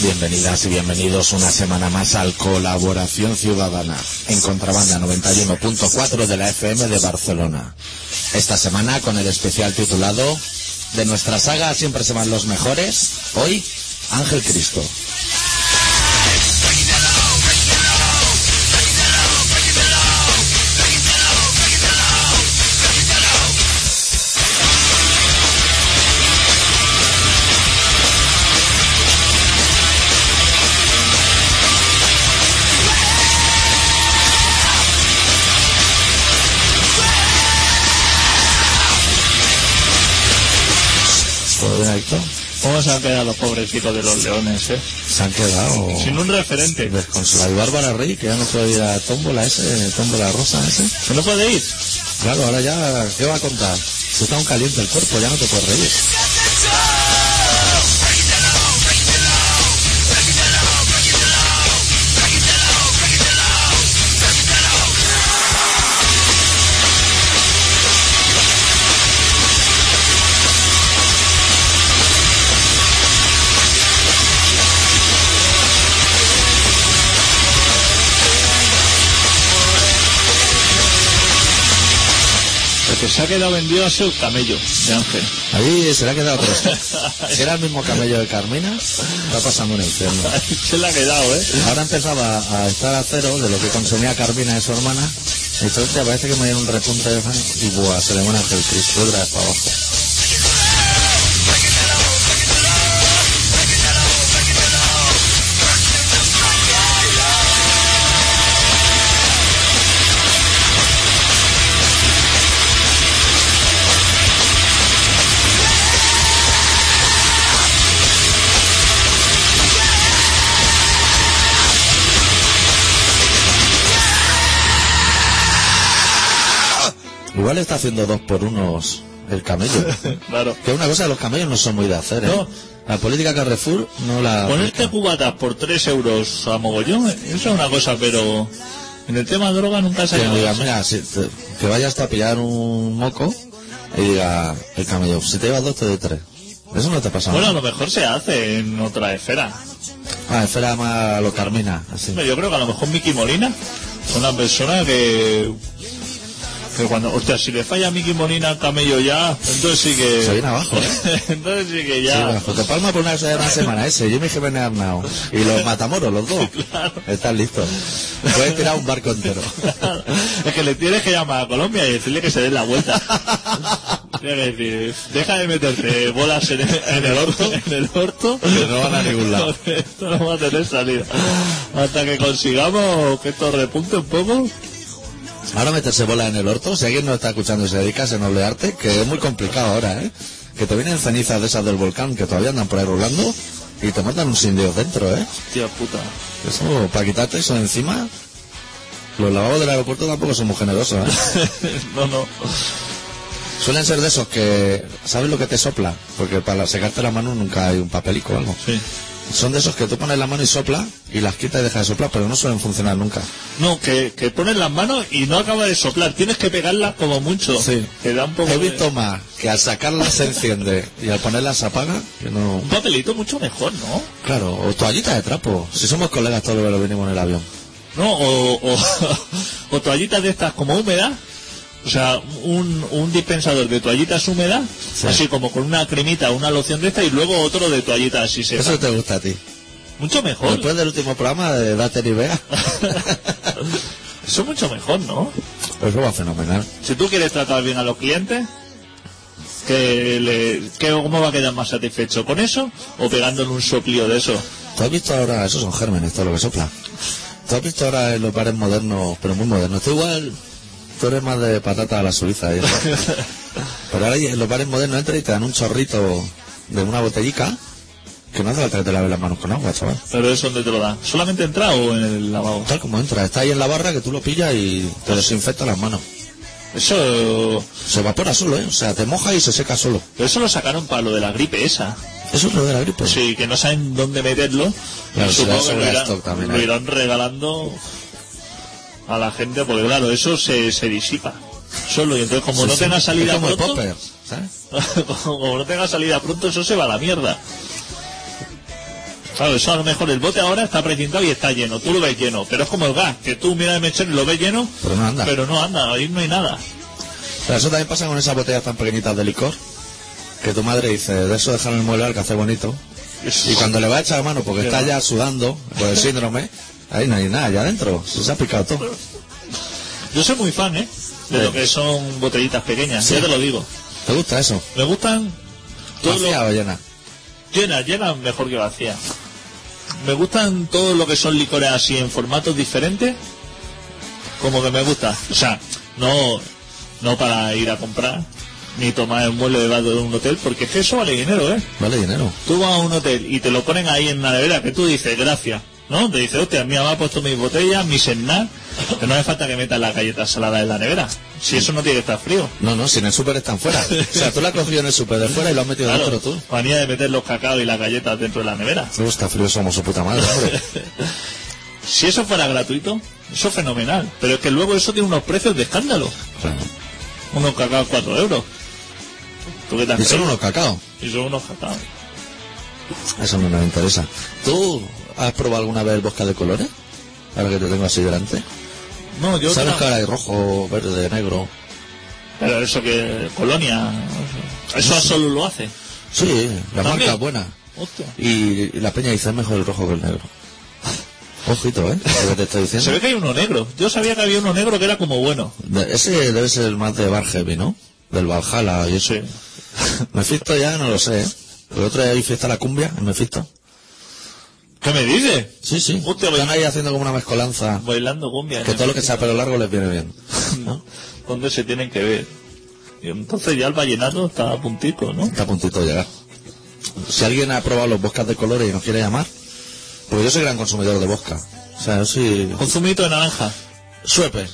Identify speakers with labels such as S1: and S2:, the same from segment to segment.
S1: Bienvenidas y bienvenidos una semana más al Colaboración Ciudadana en Contrabanda 91.4 de la FM de Barcelona. Esta semana con el especial titulado De nuestra saga siempre se van los mejores. Hoy, Ángel Cristo.
S2: ¿Cómo se han quedado los pobres chicos de los leones, eh?
S1: Se han quedado
S2: Sin un referente.
S1: desconsolados. Y Bárbara Rey, que ya no puede ir a Tómbola ese, Tómbola Rosa ese.
S2: ¿Que no puede ir?
S1: Claro, ahora ya, ¿qué va a contar? Si está un caliente el cuerpo, ya no te puedes reír.
S2: El que se ha quedado vendido ha sido el camello de Ángel.
S1: Ahí se le ha quedado otro. Si era el mismo camello de Carmina, está pasando un infierno.
S2: se le ha quedado, ¿eh?
S1: Ahora empezaba a estar a cero de lo que consumía Carmina de su hermana. Entonces te parece que me dio un repunte de fan y buah, se le van a hacer Cristo otra vez para abajo. Igual está haciendo dos por unos el camello.
S2: Claro.
S1: Que una cosa, los camellos no son muy de hacer, ¿eh?
S2: No.
S1: La política Carrefour no la...
S2: Ponerte cubatas por 3 euros a mogollón, eh, eso es una cosa, pero en el tema droga nunca se
S1: que
S2: ha
S1: me diga,
S2: llegado.
S1: mira, si te- que vaya hasta a pillar un moco y diga el camello, si te llevas dos, te doy tres. Eso no te pasa
S2: Bueno, a
S1: nada.
S2: lo mejor se hace en otra esfera.
S1: Ah, espera más a lo Carmina, así.
S2: Hombre, Yo creo que a lo mejor Miki Molina es una persona que... Que cuando, hostia, si le falla a Miki Molina al camello ya, entonces sí que...
S1: Se viene abajo, ¿eh?
S2: entonces sí que
S1: Sí,
S2: ya...
S1: bueno, José Palma por una cosa de una semana ese, Jimmy Jiménez Arnao y los Matamoros, los dos. Están listos. Puedes tirar un barco entero.
S2: es que le tienes que llamar a Colombia y decirle que se den la vuelta. Tienes que decir, deja de meterte bolas en el, en el orto, en el orto,
S1: Que no van a ningún lado.
S2: porque Esto no va a tener salida. Hasta que consigamos que esto repunte un poco.
S1: Ahora meterse bola en el orto, si alguien no está escuchando y se dedica a ese noble arte, que es muy complicado ahora, ¿eh? Que te vienen cenizas de esas del volcán que todavía andan por ahí rolando y te matan un sin Dios dentro, ¿eh?
S2: Hostia puta.
S1: Eso, para quitarte eso de encima, los lavabos del aeropuerto tampoco son muy generosos, ¿eh?
S2: no, no.
S1: Suelen ser de esos que, ¿sabes lo que te sopla? Porque para secarte la mano nunca hay un papelico o algo.
S2: Sí.
S1: Son de esos que tú pones la mano y sopla y las quitas y deja de soplar, pero no suelen funcionar nunca.
S2: No, que, que pones las manos y no acaba de soplar. Tienes que pegarlas como mucho.
S1: Sí.
S2: Que da un poco
S1: He
S2: de-
S1: visto más que al sacarla se enciende y al ponerla se apaga, que no...
S2: Un papelito mucho mejor, ¿no?
S1: Claro, o toallita de trapo. Si somos colegas todos los que lo venimos en el avión.
S2: No, o, o, o toallitas de estas como húmedas. O sea, un, un dispensador de toallitas húmedas,
S1: Sí.
S2: así como con una cremita, una loción de esta y luego otro de toallitas así se
S1: Eso te gusta a ti.
S2: Mucho mejor.
S1: Después del último programa de Date y Vea,
S2: Eso es mucho mejor, ¿no?
S1: eso va fenomenal.
S2: Si tú quieres tratar bien a los clientes, que le, que, ¿cómo va a quedar más satisfecho? ¿Con eso o pegándole un soplío de eso?
S1: ¿Tú has visto ahora, esos son gérmenes, todo lo que sopla? ¿Tú has visto ahora en los bares modernos, pero muy modernos? Tú igual, tú eres más de patata a la suiza. y eso. pero ahora en los bares modernos entra y te dan un chorrito de una botellica que no hace falta que te laves las manos con agua, chaval.
S2: Pero eso donde te lo dan. ¿Solamente entra o en el lavabo?
S1: Tal como entra, está ahí en la barra que tú lo pillas y te desinfecta las manos.
S2: Eso,
S1: Se evapora solo, ¿eh? O sea, te moja y se seca solo.
S2: eso lo sacaron para lo de la gripe esa.
S1: Eso es lo de la gripe.
S2: Sí, que no saben dónde meterlo.
S1: Claro, será
S2: Supongo que lo
S1: sobre
S2: irán,
S1: stock también,
S2: lo
S1: ¿eh?
S2: irán regalando a la gente, porque claro, eso se, se disipa. Solo, y entonces como
S1: Sí,
S2: no
S1: sí.
S2: tenga salida
S1: Es como el
S2: pronto,
S1: popper, ¿sabes?
S2: como no tenga salida pronto, eso se va a la mierda. Claro, eso a lo mejor el bote ahora está precintado y está lleno. Tú lo ves lleno, pero es como el gas, que tú miras el mechero y lo ves lleno,
S1: Pero no anda.
S2: pero no anda, ahí no hay nada.
S1: Pero eso también pasa con esas botellas tan pequeñitas de licor. Que tu madre dice, de eso dejar en el mueble al que hace bonito. Y cuando le va a echar mano porque está ya sudando por el síndrome, ahí no hay nada, ya adentro. Se ha picado todo.
S2: Yo soy muy fan, ¿eh? De
S1: Sí.
S2: lo que son botellitas pequeñas, ya te lo digo.
S1: ¿Te gusta eso?
S2: Me gustan todo lo-
S1: ¿Vacía o llena?
S2: llenas, llenas mejor que vacías. Me gustan todo lo que son licores así en formatos diferentes. Como que me gusta. O sea, no, no para ir a comprar ni tomar el mueble de de un hotel, porque es que eso vale dinero, ¿eh?
S1: Vale dinero.
S2: Tú vas a un hotel y te lo ponen ahí en la nevera que tú dices, gracias, ¿no? Te dice, hostia, mía me ha puesto mis botellas, mis snack, que no hace falta que metas las galletas saladas en la nevera. Si eso no tiene que estar frío.
S1: No, no, si en el súper están fuera. O sea, tú la has cogido en el súper de fuera y lo has metido
S2: Claro,
S1: dentro tú.
S2: manía de meter los cacao y las galletas dentro de la nevera.
S1: Luego está frío, somos su puta madre, hombre.
S2: Si eso fuera gratuito, eso es fenomenal. Pero es que luego eso tiene unos precios de escándalo.
S1: Claro.
S2: Unos cacao 4 euros. ¿Tú qué te has
S1: Y son
S2: creído?
S1: unos cacao.
S2: Y son unos cacao.
S1: Eso no nos interesa. ¿Tú has probado alguna vez el bosque de colores? Ahora que te tengo así delante.
S2: No, yo
S1: ¿Sabes
S2: tra-
S1: que ahora hay rojo, verde, negro?
S2: Pero eso que colonia. Eso a solo lo hace.
S1: Sí, la
S2: ¿También?
S1: marca es buena.
S2: Hostia.
S1: Y, y la peña dice es mejor el rojo que el negro. Ojito, ¿eh? Lo que te estoy
S2: Se
S1: diciendo.
S2: ve que hay uno negro. Yo sabía que había uno negro que era como bueno.
S1: De- ese debe ser el más de Bar Heavy, ¿no? Del Valhalla y eso.
S2: Sí.
S1: Mefisto ya no lo sé, ¿eh? El otro día hay fiesta la cumbia en Mefisto.
S2: ¿Qué me dices?
S1: Sí, sí.
S2: Hostia,
S1: Están
S2: bail-
S1: ahí haciendo como una mezcolanza.
S2: bailando cumbia.
S1: Que todo lo que sea pelo largo les viene bien.
S2: ¿no? ¿Dónde se tienen que ver? Y entonces ya el vallenato está a puntito, ¿no?
S1: Está a puntito de llegar. Si alguien ha probado los boscas de colores y nos quiere llamar, pues yo soy gran consumidor de bosca. O sea, yo soy...
S2: Con zumito de naranja.
S1: Sueper.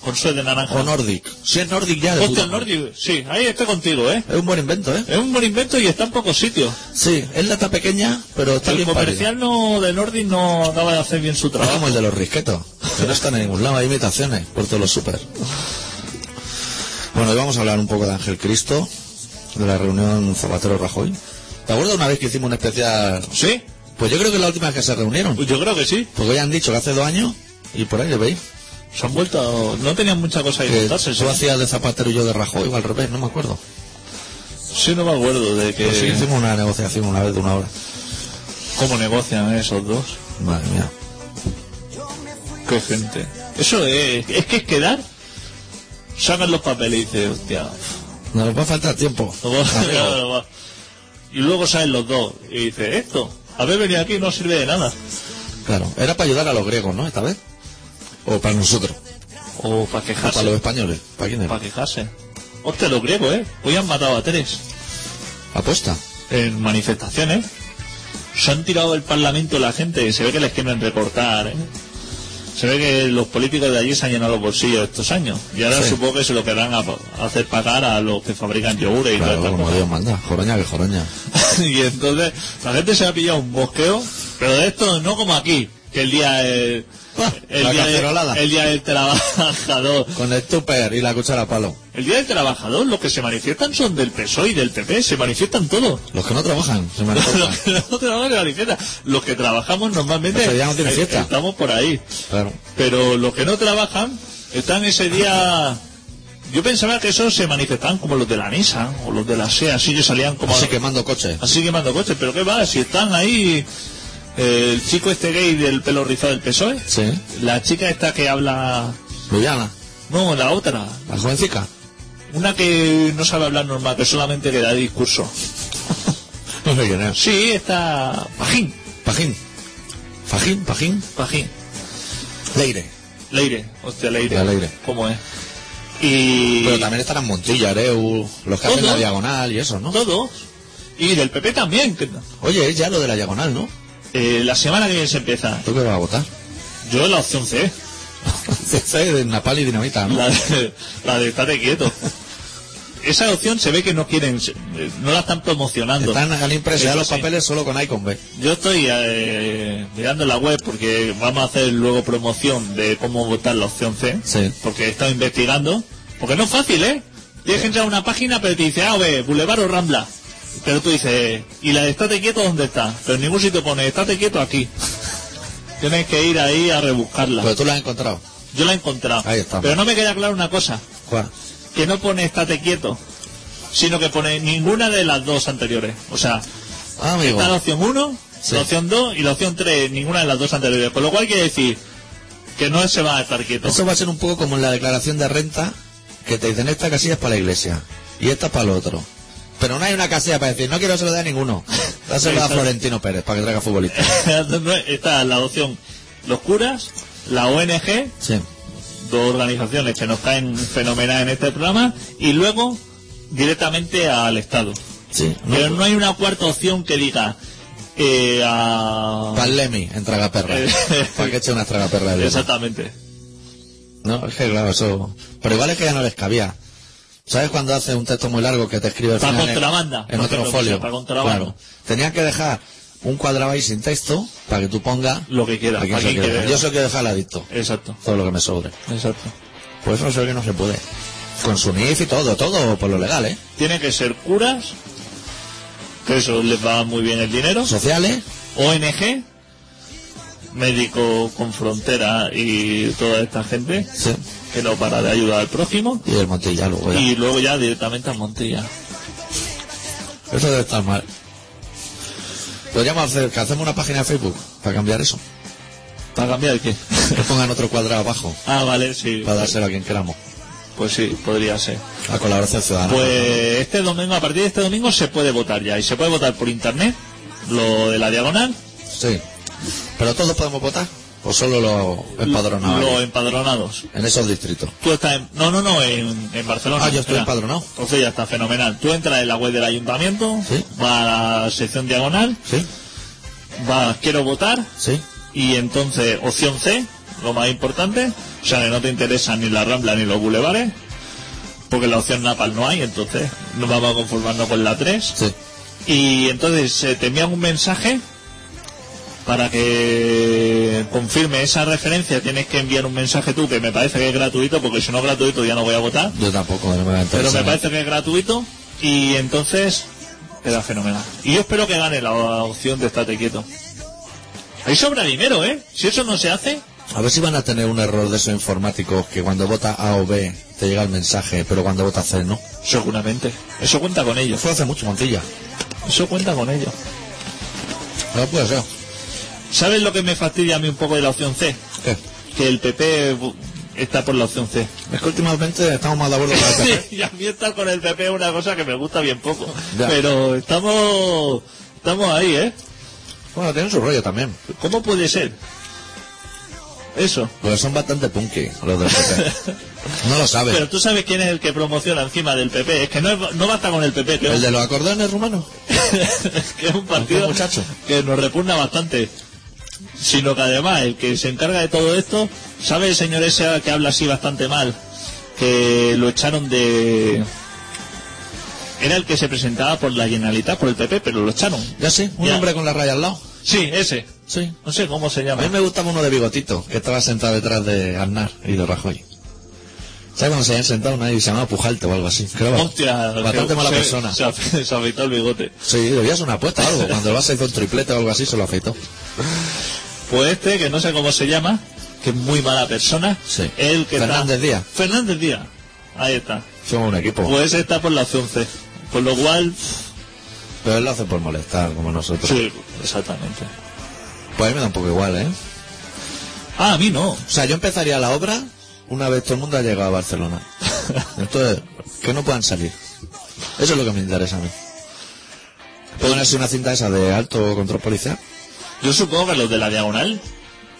S2: Con suel de naranja.
S1: O Nordic. Si es Nordic ya de puta
S2: Hostia, el
S1: madre.
S2: Nordic, sí, ahí estoy contigo, ¿eh?
S1: Es un buen invento, ¿eh?
S2: Es un buen invento y está en pocos sitios.
S1: Sí, es lata pequeña, pero está
S2: El
S1: bien pálida.
S2: comercial no, de Nordic no acaba de hacer bien su
S1: Es
S2: trabajo.
S1: como el de los risquetos, que no están en ningún lado, hay imitaciones por todos los super. Bueno, hoy vamos a hablar un poco de Ángel Cristo, de la reunión Zapatero-Rajoy. ¿Te acuerdas una vez que hicimos un especial?
S2: ¿Sí?
S1: Pues yo creo que es la última vez que se reunieron,
S2: Pues yo creo que sí.
S1: porque ya han dicho que hace dos años, y por ahí le veis,
S2: Se han vuelto... No tenían mucha cosa que
S1: que
S2: contarse. ¿sí?
S1: tú hacías de Zapatero y yo de Rajoy, o al revés, no me acuerdo.
S2: Sí, no me acuerdo de que...
S1: Pero sí hicimos una negociación una vez de una hora.
S2: ¿Cómo negocian esos dos?
S1: Madre mía.
S2: Qué gente. Eso es... Es que es quedar... Sacan los papeles y dices, hostia...
S1: Nos va a faltar tiempo.
S2: Luego-
S1: amigo.
S2: claro, va. y luego salen los dos y dice esto haber venido aquí no sirve de nada
S1: Claro, era para ayudar a los griegos, ¿no? Esta vez. O para nosotros, o
S2: o para
S1: para los
S2: Oh, quejarse
S1: españoles. ¿Para quién
S2: para
S1: era?
S2: quejarse hostia los griegos eh hoy han matado a tres
S1: Apuesta.
S2: en manifestaciones se han tirado del parlamento la gente se ve que les quieren recortar ¿eh? se ve que los políticos de allí se han llenado los bolsillos estos años y ahora
S1: Sí.
S2: supongo que se lo querrán a- hacer pagar a los que fabrican yogures y
S1: Claro,
S2: todas estas
S1: como
S2: cosas.
S1: Dios manda. Joroña que joroña.
S2: y entonces la gente se ha pillado un bosqueo, pero de esto no como aquí, que el día es- el,
S1: Ah, La
S2: día, es-
S1: cacerolada.
S2: el día del trabajador.
S1: Con el tupper y la cuchara a palo.
S2: El día del trabajador los que se manifiestan son del PSOE E y del PP, se manifiestan todos.
S1: Los que no trabajan, se me antoja.
S2: Los que no trabajan se manifiestan. Los que trabajamos normalmente
S1: Eso ya no tiene
S2: eh,
S1: fiesta.
S2: estamos por ahí.
S1: Claro.
S2: Pero los que no trabajan están ese día... Yo pensaba que esos se manifestaban como los de la misa o los de la SEA, así que salían como...
S1: Así quemando coches.
S2: Así que mando coches, pero qué va, si están ahí eh, el chico este gay del pelo rizado del PSOE,
S1: Sí.
S2: E, la chica esta que habla,
S1: Luyana,
S2: no, la otra,
S1: la jovencica.
S2: una que no sabe hablar normal, que solamente le da discurso.
S1: No sé quién es.
S2: Sí, está Pajín,
S1: Pajín. Fajín, Pajín.
S2: Pajín,
S1: Leire.
S2: Leire, hostia, Leire,
S1: La Leire.
S2: ¿cómo es? Y
S1: Pero también estarán Montilla, Areu, los que hacen
S2: Todo.
S1: la diagonal y eso, ¿no?
S2: todos, y del PP también, que-
S1: Oye, es ya lo de la diagonal, ¿no?
S2: eh, la semana que viene se empieza,
S1: ¿Tú qué vas a votar?
S2: yo la opción C,
S1: Esa es de Napal y Dinamita, ¿no?
S2: La de, la de estate quieto. Esa opción se ve que no quieren, se- eh, no la están promocionando.
S1: Están han impreso ya
S2: Eso
S1: los
S2: sí.
S1: papeles solo con Icon B.
S2: Yo estoy eh, mirando la web porque vamos a hacer luego promoción de cómo votar la opción C.
S1: Sí.
S2: Porque he estado investigando. Porque no es fácil, ¿eh? Tienes que entrar a una página, pero te dice, ah, ve, Boulevard o Rambla. Pero tú dices, ¿y la de estate quieto dónde está? Pero en ningún sitio pone, estate quieto aquí. Tienes que ir ahí a rebuscarla.
S1: Pero tú la has encontrado.
S2: Yo la he encontrado.
S1: Pues, Ahí está.
S2: Pero no me queda claro una cosa,
S1: Juan.
S2: que no pone estate quieto, sino que pone ninguna de las dos anteriores. O sea,
S1: Ah, amigo.
S2: está la opción 1,
S1: Sí.
S2: la opción 2 y la opción 3, ninguna de las dos anteriores. Con lo cual quiere decir que no se va a estar quieto.
S1: Eso va a ser un poco como en la declaración de renta, que te dicen esta casilla es para la iglesia y esta es para lo otro. Pero no hay una casilla para decir, no quiero se lo dé a ninguno. Dáselo a
S2: Exacto.
S1: Florentino Pérez para que traiga futbolista.
S2: No, está la opción los curas, la ONG,
S1: Sí.
S2: dos organizaciones que nos caen fenomenal en este programa, y luego directamente al Estado.
S1: Sí.
S2: Pero no pues. hay una cuarta opción que diga eh, a...
S1: Para Lemi, en tragaperra.
S2: Eh.
S1: para que eche una tragaperra de Lemi.
S2: Exactamente.
S1: No, es que claro, eso. Pero igual es que ya no les cabía. ¿Sabes cuando haces un texto muy largo que te escribe al
S2: Para
S1: final en-
S2: contrabanda,
S1: En
S2: por
S1: otro
S2: ejemplo,
S1: folio.
S2: sí, para contrabanda.
S1: Claro. Tenías que dejar un cuadrado ahí sin texto para que tú pongas
S2: Lo que quieras,
S1: a quien
S2: a
S1: se
S2: quien
S1: lo quiera.
S2: quieras.
S1: Yo solo quiero dejar al adicto.
S2: Exacto.
S1: Todo lo que me sobre.
S2: Exacto.
S1: Pues eso es que no se puede. Con su NIF y todo, todo por lo legal, ¿eh?
S2: Tienen que ser curas, que eso les va muy bien el dinero,
S1: Sociales,
S2: ONG, médico con frontera y toda esta gente
S1: sí.
S2: que no para de ayudar al prójimo.
S1: Y el Montilla luego ya.
S2: Y luego ya directamente a Montilla.
S1: Eso debe estar mal. Podríamos hacer, que hacemos una página de Facebook para cambiar eso.
S2: ¿Para cambiar qué?
S1: Que pongan otro cuadrado abajo
S2: ah, vale, sí.
S1: para dárselo a quien queramos.
S2: Pues sí, podría ser.
S1: A colaboración ciudadana.
S2: Pues este domingo, a partir de este domingo se puede votar ya. Y se puede votar por internet, lo de la diagonal,
S1: Sí. Pero todos podemos votar. O solo los empadronados.
S2: los empadronados.
S1: En esos distritos.
S2: Tú estás en... No, no, no, en, en Barcelona.
S1: Ah, yo estoy
S2: Espera.
S1: empadronado.
S2: Entonces ya está, fenomenal. Tú entras en la web del ayuntamiento,
S1: Sí.
S2: va a la sección diagonal,
S1: Sí,
S2: va a quiero votar,
S1: sí.
S2: y entonces opción C, lo más importante, o sea que no te interesa ni la Rambla ni los bulevares, porque la opción Napal no hay, entonces nos vamos a conformarnos con la 3.
S1: Sí.
S2: Y entonces eh, te envían un mensaje para que confirme esa referencia. Tienes que enviar un mensaje tú, que me parece que es gratuito, porque si no es gratuito ya no voy a votar.
S1: Yo tampoco, no me va a
S2: Pero me
S1: interesar.
S2: parece que es gratuito y entonces queda fenomenal. Y yo espero que gane la opción de estate quieto. Ahí sobra dinero, ¿eh? Si eso no se hace,
S1: A ver si van a tener un error de esos informáticos que cuando vota A o B te llega el mensaje, pero cuando vota C no.
S2: seguramente. Eso cuenta con ellos.
S1: Fue hace mucho, Montilla.
S2: Eso cuenta con ellos.
S1: No puede ser.
S2: ¿Sabes lo que me fastidia a mí un poco de la opción C?
S1: ¿Qué?
S2: Que el PP bu- está por la opción C.
S1: Es que últimamente estamos más de acuerdo con el PP.
S2: Sí, y a mí estar con el PP es una cosa que me gusta bien poco.
S1: Ya.
S2: Pero estamos estamos ahí, ¿eh?
S1: Bueno, tienen su rollo también.
S2: ¿Cómo puede ser? Eso.
S1: Porque son bastante punky los del PP. No lo sabes.
S2: Pero tú sabes quién es el que promociona encima del PP. Es que no, es- no basta con el PP, que,
S1: ¿El de los acordones rumanos?
S2: que es un partido
S1: Aquel muchacho.
S2: que nos repugna bastante. Sino que además el que se encarga de todo esto, ¿sabe el señor ese que habla así bastante mal? Que lo echaron de... Era el que se presentaba por la Generalitat, por el PP, pero lo echaron.
S1: Ya sí, un
S2: Ya.
S1: hombre con la raya al lado.
S2: Sí, ese.
S1: Sí.
S2: No sé cómo se
S1: A mí
S2: llama.
S1: me gustaba uno de bigotito, que estaba sentado detrás de Aznar y de Rajoy. ¿Sabes cuando se habían sentado nadie y se llamaba Pujalte o algo así? Creo que-
S2: Hostia,
S1: bastante
S2: se-
S1: mala
S2: se-
S1: persona.
S2: Se, afe- se afeitó el bigote.
S1: Sí, debías una apuesta o algo. Cuando el Barça hizo un triplete o algo así, se lo afeitó.
S2: Pues este, que no sé cómo se llama, que es muy mala persona.
S1: Sí.
S2: El que
S1: Fernández
S2: está...
S1: Díaz.
S2: Fernández Díaz. Ahí está.
S1: Somos un equipo.
S2: Pues está por la opción C. Con lo cual...
S1: Pero él lo hace por molestar, como nosotros.
S2: Sí, exactamente.
S1: Pues a mí me da un poco igual, ¿eh?
S2: Ah, a mí no.
S1: O sea, yo empezaría la obra una vez todo el mundo ha llegado a Barcelona. Entonces, que no puedan salir. Eso es lo que me interesa a mí. Ponerse una cinta esa de alto control policial.
S2: Yo supongo que los de la diagonal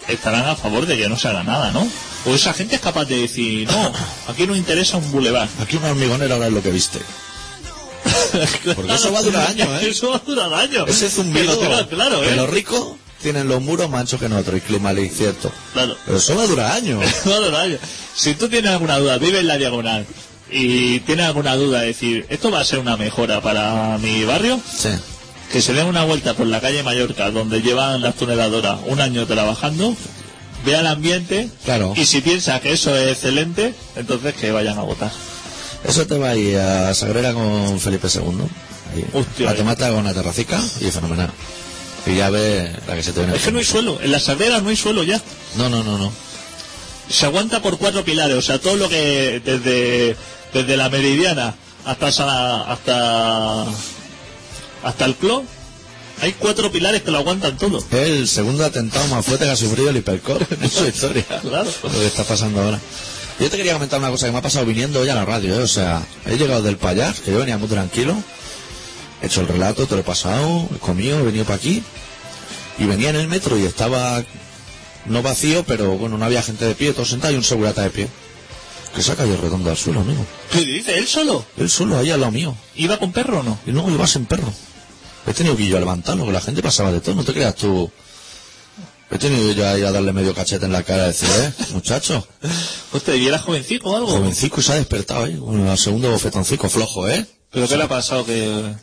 S2: estarán a favor de que no se haga nada, ¿no? O esa gente es capaz de decir, no, aquí no interesa un bulevar.
S1: Aquí una hormigonera ahora es lo que viste. Porque eso va a durar años, ¿eh?
S2: Eso va a durar años.
S1: Ese zumbido
S2: Que lo tengan claro,
S1: que
S2: ¿eh?
S1: los ricos tienen los muros más anchos que nosotros y clima ley, cierto.
S2: Claro.
S1: Pero eso va a durar años.
S2: No, no, no. Si tú tienes alguna duda, vive en la diagonal y tienes alguna duda, es decir, esto va a ser una mejora para mi barrio,
S1: Sí.
S2: que se den una vuelta por la calle Mallorca, donde llevan las tuneladoras un año trabajando, vea el ambiente
S1: Claro.
S2: y si piensa que eso es excelente, entonces que vayan a votar.
S1: Eso te va a ir a Sagrera con Felipe II. Ahí.
S2: Hostia, eh.
S1: la te
S2: ahí.
S1: mata con una terracica y fenomenal. Y ya ves la que se te viene.
S2: Es que no hay suelo, en la sardera no hay suelo ya.
S1: no, no, no, no.
S2: Se aguanta por cuatro pilares, o sea, todo lo que desde, desde la meridiana hasta Sa- hasta hasta el club, hay cuatro pilares que lo aguantan todo.
S1: Es el segundo atentado más fuerte que ha sufrido el Hipercore en su historia.
S2: Claro.
S1: Lo que está pasando ahora. Yo te quería comentar una cosa que me ha pasado viniendo hoy a la radio. ¿eh? O sea, he llegado del payar, que yo venía muy tranquilo. He hecho el relato, te lo he pasado, he comido, he venido para aquí. Y venía en el metro y estaba no vacío, pero bueno, no había gente de pie, todo sentado y un segurata de pie. Que se ha caído redondo al suelo, amigo.
S2: ¿Qué dice? ¿Él solo?
S1: El suelo ahí al lado mío.
S2: ¿Iba con perro o no?
S1: Y luego iba sin perro. He tenido que ir yo a levantarlo, que la gente pasaba de todo, no te creas tú. He tenido yo ahí a darle medio cachete en la cara y decir, eh, muchacho,
S2: Hostia, ¿y era jovencico o algo?
S1: jovencico se ha despertado, eh, un segundo bofetoncico flojo, eh.
S2: ¿Pero qué le ha pasado? que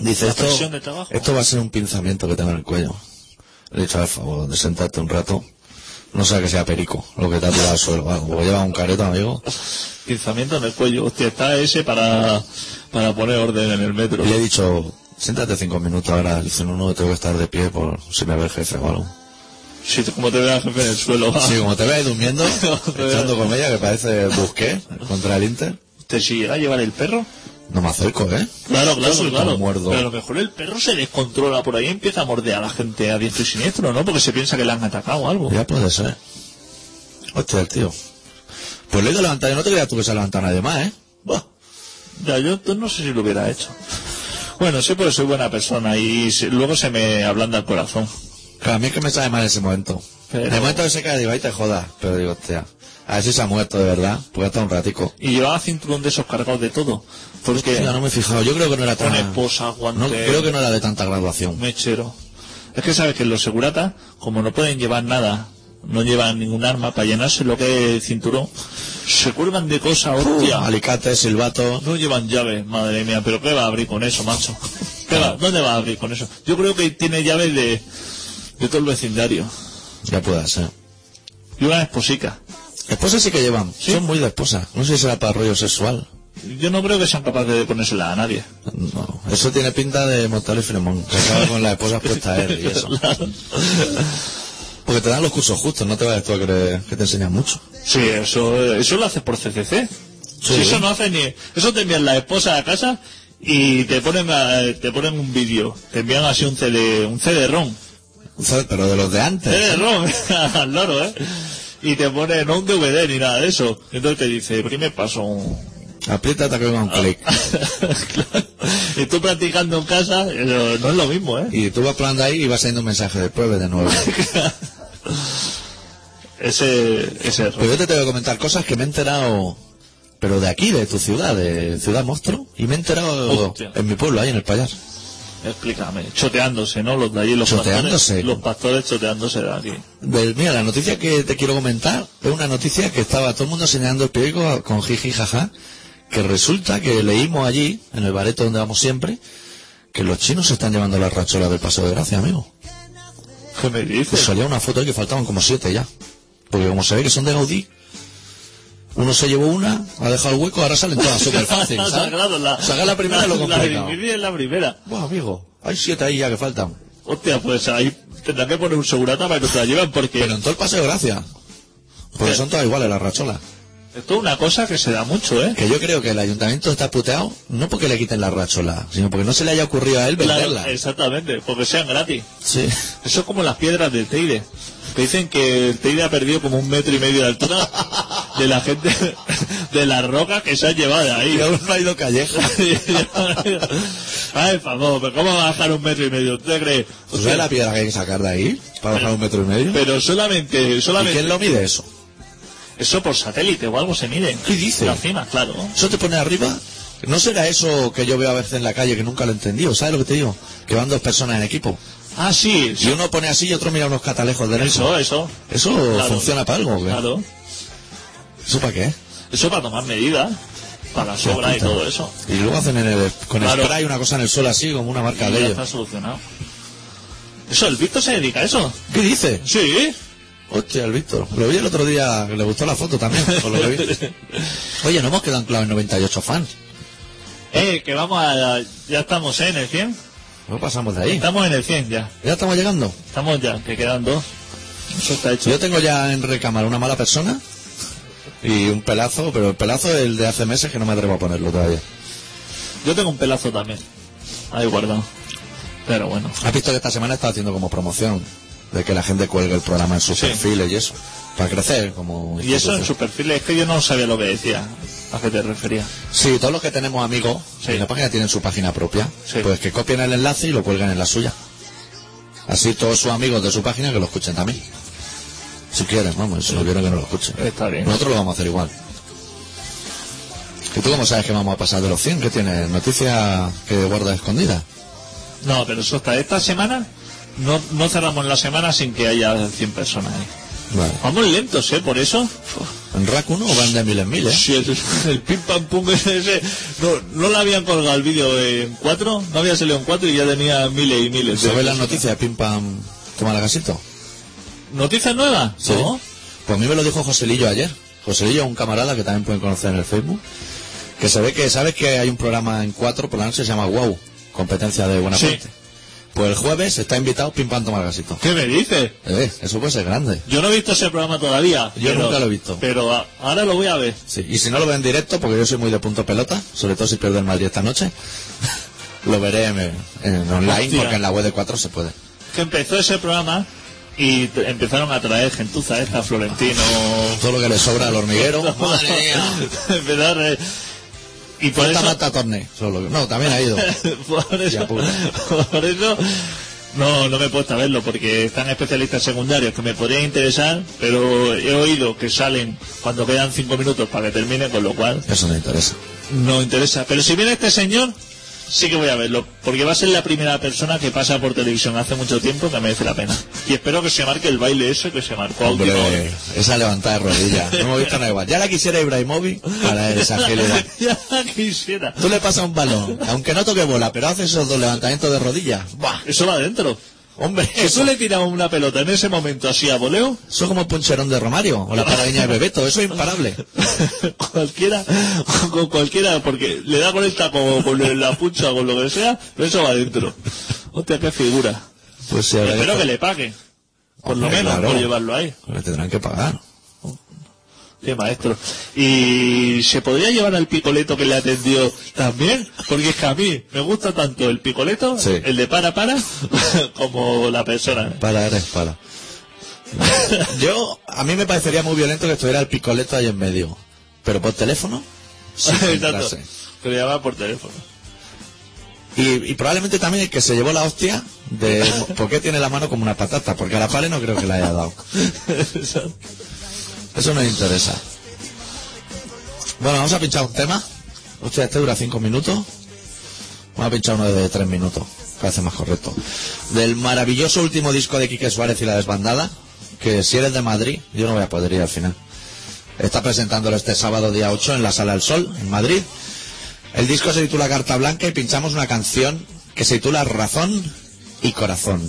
S1: Dice,
S2: La
S1: esto,
S2: presión de trabajo.
S1: esto va a ser un pinzamiento que tengo en el cuello. Le he dicho, al favor, de sentarte un rato, no sea que sea perico, lo que te ha tirado al suelo, o algo, porque lleva un careto, amigo.
S2: Pinzamiento en el cuello. Hostia, está ese para, para poner orden en el metro.
S1: Y le he dicho, siéntate cinco minutos ahora, dice, no, no, tengo que estar de pie por si me ve el jefe o algo.
S2: Sí, como te ve el jefe en el suelo. va.
S1: Sí, como te veas durmiendo,
S2: Joder.
S1: echando comedia que parece busqué contra el Inter.
S2: Hostia, si llega a llevar el perro.
S1: No me acerco, ¿eh?
S2: Claro, claro,
S1: soy
S2: claro.
S1: tan muerdo.
S2: Pero a lo mejor el perro se descontrola por ahí y empieza a morder a la gente a diestro y siniestro, ¿no? Porque se piensa que le han atacado o algo.
S1: Ya puede ser. Hostia, el tío. Pues le he ido a levantar, yo no te creas tú que se ha levantado nadie más, ¿eh?
S2: Buah. Ya, yo t- no sé si lo hubiera hecho. Bueno, sé porque soy buena persona y se- luego se me ablanda el corazón.
S1: Claro, a mí es que me sale mal ese momento.
S2: Pero-
S1: En el momento que se cae, digo, ahí te jodas. Pero digo, hostia, a ver si se ha muerto de verdad, porque hasta un ratico.
S2: Y llevaba cinturón de esos cargados de todo. Porque
S1: Hostia, no me he fijado, yo creo que no era tan...
S2: con esposa,
S1: No,
S2: guantes,
S1: creo que no era de tanta graduación.
S2: mechero. Es que sabes que los seguratas, como no pueden llevar nada, no llevan ningún arma para llenarse lo que es el cinturón, se curvan de cosas, hostia.
S1: Alicate, silbato...
S2: No llevan llaves, madre mía, pero ¿qué va a abrir con eso, macho? ¿Qué va- ¿Dónde va a abrir con eso? Yo creo que tiene llaves de, de todo el vecindario.
S1: Ya puede ser.
S2: Y una esposica.
S1: Esposas sí que llevan,
S2: Sí.
S1: son muy de esposa. No sé si será para rollo sexual.
S2: Yo no creo que sean capaces de ponérsela a nadie.
S1: No, eso tiene pinta de Mortal y Fremont, que acaba con las esposas puestas a él y eso. Porque te dan los cursos justos, no te vayas tú a creer que te enseñan mucho.
S2: Sí, eso, eso lo haces por CCC. Si eso no hace ni... Eso te envían la esposa a casa y te ponen a- te ponen un vídeo. Te envían así un CD, un CD-ROM.
S1: ¿Sabes? Pero de los de antes.
S2: CD-ROM, al loro, ¿eh? Y te ponen no un DVD ni nada de eso. Entonces te dice, "Pues, primer paso, un,
S1: Aprieta hasta que venga un clic.
S2: Claro. Y tú practicando en casa, eh, no es lo mismo, ¿eh?
S1: Y tú vas plando ahí y vas saliendo un mensaje de prueba de nuevo.
S2: Ese, ese error.
S1: Pero yo te tengo que comentar cosas que me he enterado, pero de aquí, de tu ciudad, de Ciudad Monstruo. Y me he enterado
S2: Hostia.
S1: en mi pueblo, ahí en el Payar.
S2: Explícame. Choteándose, ¿no? Los de allí, los
S1: Choteándose.
S2: pastores. Los pastores choteándose de aquí.
S1: Del- mira, la noticia que te quiero comentar es una noticia que estaba todo el mundo señalando el periódico con jiji jaja, que resulta que leímos allí, en el bareto donde vamos siempre, que los chinos se están llevando las racholas del Paseo de Gracia, amigo.
S2: ¿Qué me
S1: Pues
S2: dices?
S1: salía una foto ahí que faltaban como siete ya. Porque como se ve que son de Gaudí, uno se llevó una, ha dejado el hueco, ahora salen todas súper fácil, ¿sabes?
S2: Sagrado, la,
S1: Sacar la primera es lo
S2: la,
S1: complicado.
S2: dividir en la primera.
S1: Buah, amigo, hay siete ahí ya que faltan.
S2: Hostia, pues ahí tendrán que poner un segurata para que no te la lleven porque
S1: Pero en todo el Paseo de Gracia. Porque
S2: Sí.
S1: son todas iguales las racholas.
S2: esto es una cosa que se da mucho, ¿eh?
S1: Que yo creo que el ayuntamiento está puteado no porque le quiten la rachola, sino porque no se le haya ocurrido a él venderla.
S2: Claro, exactamente, porque sean gratis.
S1: Sí.
S2: Eso es como las piedras del Teide. Que dicen que el Teide ha perdido como un metro y medio de altura de la gente, de las rocas que se han llevado de
S1: Y
S2: ahí.
S1: aún no ha ido calleja.
S2: Ay, favor, pero ¿cómo va a bajar un metro y medio? ¿Usted cree?
S1: ¿Tú sabes Pues la piedra que hay que sacar de ahí? Para bajar un metro y medio.
S2: Pero solamente,
S1: ¿Y
S2: solamente.
S1: quién lo mide eso?
S2: Eso por satélite o algo se mide.
S1: ¿Qué dice?
S2: La cima, claro.
S1: Eso te pone arriba. ¿No será eso que yo veo a veces en la calle que nunca lo he entendido? ¿Sabes lo que te digo? Que van dos personas en equipo.
S2: Ah, sí,
S1: Y
S2: sí,
S1: uno pone así y otro mira unos catalejos de
S2: Eso, eso.
S1: Eso
S2: Claro.
S1: funciona para algo. ¿o qué?
S2: Claro.
S1: ¿Eso para qué?
S2: Eso para tomar medidas, para la sobra y
S1: puta.
S2: todo eso.
S1: Y luego hacen en el, con
S2: Claro.
S1: spray una cosa en el suelo así, como una marca de
S2: Y ya
S1: ellos.
S2: está solucionado. Eso, el Víctor se dedica a eso.
S1: ¿Qué dice?
S2: Sí,
S1: Hostia, el Víctor. Lo vi el otro día, que le gustó la foto también, por lo que vi. Oye, no hemos quedado anclados en 98 fans.
S2: Eh, que vamos a... Ya estamos ¿eh? en el 100.
S1: No pasamos de ahí.
S2: Estamos en el 100 ya.
S1: Ya estamos llegando.
S2: Estamos ya, que quedan dos. Eso está hecho.
S1: Yo tengo ya en recámara una mala persona y un pelazo, pero el pelazo es el de hace meses que no me atrevo a ponerlo todavía.
S2: Yo tengo un pelazo también. Ahí guardado. Pero bueno.
S1: Has visto que esta semana está haciendo como promoción de que la gente cuelgue el programa en sus
S2: Sí.
S1: perfiles y eso, para crecer como
S2: Y eso en
S1: institución.
S2: su perfil es que yo no sabía lo que decía. ¿A qué te refería?
S1: Sí, todos los que tenemos amigos
S2: Sí.
S1: en la página tienen su página propia,
S2: Sí.
S1: pues que copien el enlace y lo cuelguen en la suya. Así todos sus amigos de su página que lo escuchen también. Si quieren, vamos, si no quieren que no lo escuchen.
S2: Está bien.
S1: Nosotros lo vamos a hacer igual. ¿Y tú cómo sabes que vamos a pasar de los 100? ¿Qué tienes? ¿Noticias que guardas escondidas?
S2: No, pero eso está. Esta semana no, no cerramos la semana sin que haya 100 personas ahí.
S1: Vale.
S2: Vamos lentos, ¿eh? Por eso.
S1: ¿En Rakuno o van de mil en mil, eh?
S2: Si el, el pim pam pum ese. No, no le habían colgado el vídeo en 4. No había salido en 4 y ya tenía miles y miles. de
S1: ¿Sabes las
S2: personas.
S1: noticias de Pim Pam Tomalacasito?
S2: ¿Noticias nuevas? No.
S1: Pues a mí me lo dijo Joselillo ayer. Joselillo, un camarada que también pueden conocer en el Facebook, que se ve que, ¿sabes que hay un programa en cuatro por la noche que se llama Wow, competencia de buena
S2: Sí.
S1: parte? Pues el jueves está invitado Pim Pam Tomalacasito.
S2: ¿Qué me dices?
S1: Eh, eso puede ser grande.
S2: Yo no he visto ese programa todavía.
S1: Yo nunca lo he visto.
S2: Pero a- ahora lo voy a ver.
S1: Sí, y si no lo veo en directo, porque yo soy muy de punto pelota, sobre todo si pierdo el Madrid esta noche, lo veré en, en online,
S2: Hostia.
S1: porque en la web de 4 se puede.
S2: Que empezó ese programa y t- empezaron a traer gentuza esta, Florentino.
S1: Todo lo que le sobra al hormiguero. ¡Madre mía!
S2: Empezaron a traer- Y por
S1: Falta
S2: eso,
S1: Marta Torné, solo. No, también ha ido.
S2: por
S1: Ya
S2: eso,
S1: puta.
S2: por eso no, no me he puesto a verlo porque están especialistas secundarios que me podrían interesar, pero he oído que salen cuando quedan cinco minutos para que termine, con lo cual
S1: Eso no interesa.
S2: no interesa. Pero si viene este señor, sí que voy a verlo, porque va a ser la primera persona que pasa por televisión hace mucho tiempo que merece la pena. Y espero que se marque el baile ese que se marcó. a última hora.
S1: Hombre, esa levantada de rodillas. No hemos visto nada igual. Ya la quisiera Ibrahimovic para esa agilidad.
S2: ya quisiera.
S1: Tú le pasas un balón, aunque no toque bola, pero haces esos dos levantamientos de rodillas. ¡Buah!
S2: Eso va adentro.
S1: Hombre,
S2: Que
S1: eso,
S2: tú le tiras una pelota en ese momento así a voleo,
S1: eso es como el puncherón de Romario o la paraguña de Bebeto. Eso es imparable.
S2: cualquiera, con cualquiera, porque le da con el taco, con la puncha, con lo que sea, pero eso va adentro. Hostia, qué figura.
S1: Pues sí, ahora
S2: Espero
S1: ya-
S2: que le paguen, por lo
S1: Hombre,
S2: menos,
S1: claro.
S2: por llevarlo ahí.
S1: Le tendrán que pagar.
S2: Qué maestro. ¿Y se podría llevar al picoleto que le atendió también? Porque es que a mí me gusta tanto el picoleto,
S1: Sí.
S2: el de para para, como la persona.
S1: Para, eres para. Yo, a mí me parecería muy violento que estuviera el picoleto ahí en medio. Pero por teléfono, sí que
S2: Exacto.
S1: entrase.
S2: Que le llamaba por teléfono.
S1: Y, y probablemente también el que se llevó la hostia de por qué tiene la mano como una patata, porque a la pale no creo que la haya dado. Eso nos interesa. Bueno, vamos a pinchar un tema. Hostia, este dura cinco minutos. Vamos a pinchar uno de tres minutos, parece más correcto. Del maravilloso último disco de Quique Suárez y la desbandada, que si eres de Madrid, yo no voy a poder ir al final. Está presentándolo este sábado día 8 en la Sala del Sol, en Madrid. El disco se titula Carta Blanca y pinchamos una canción que se titula Razón y Corazón.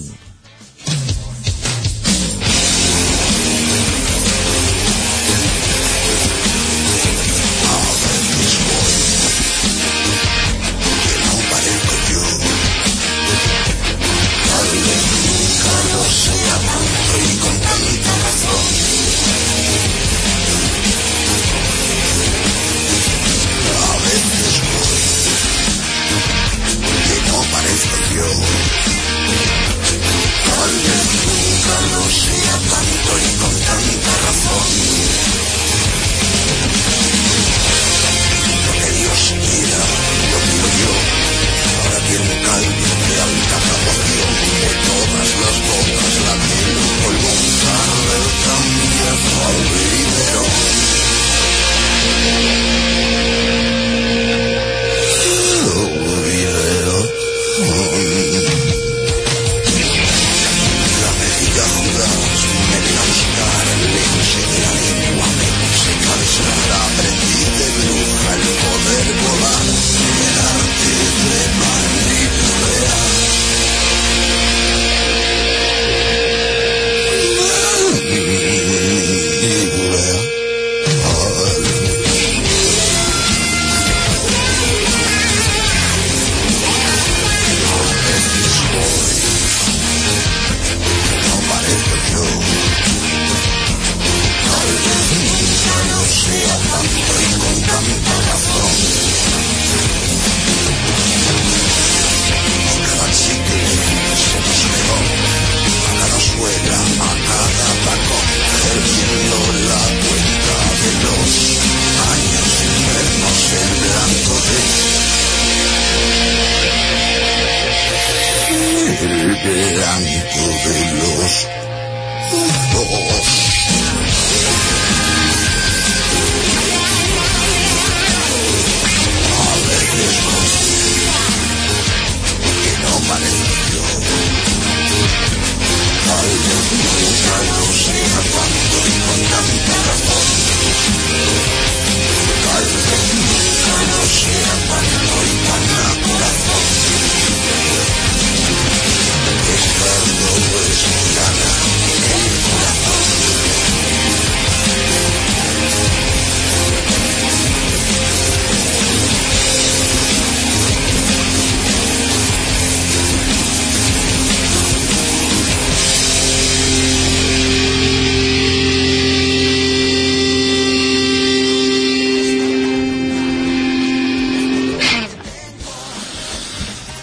S3: delante de los dos.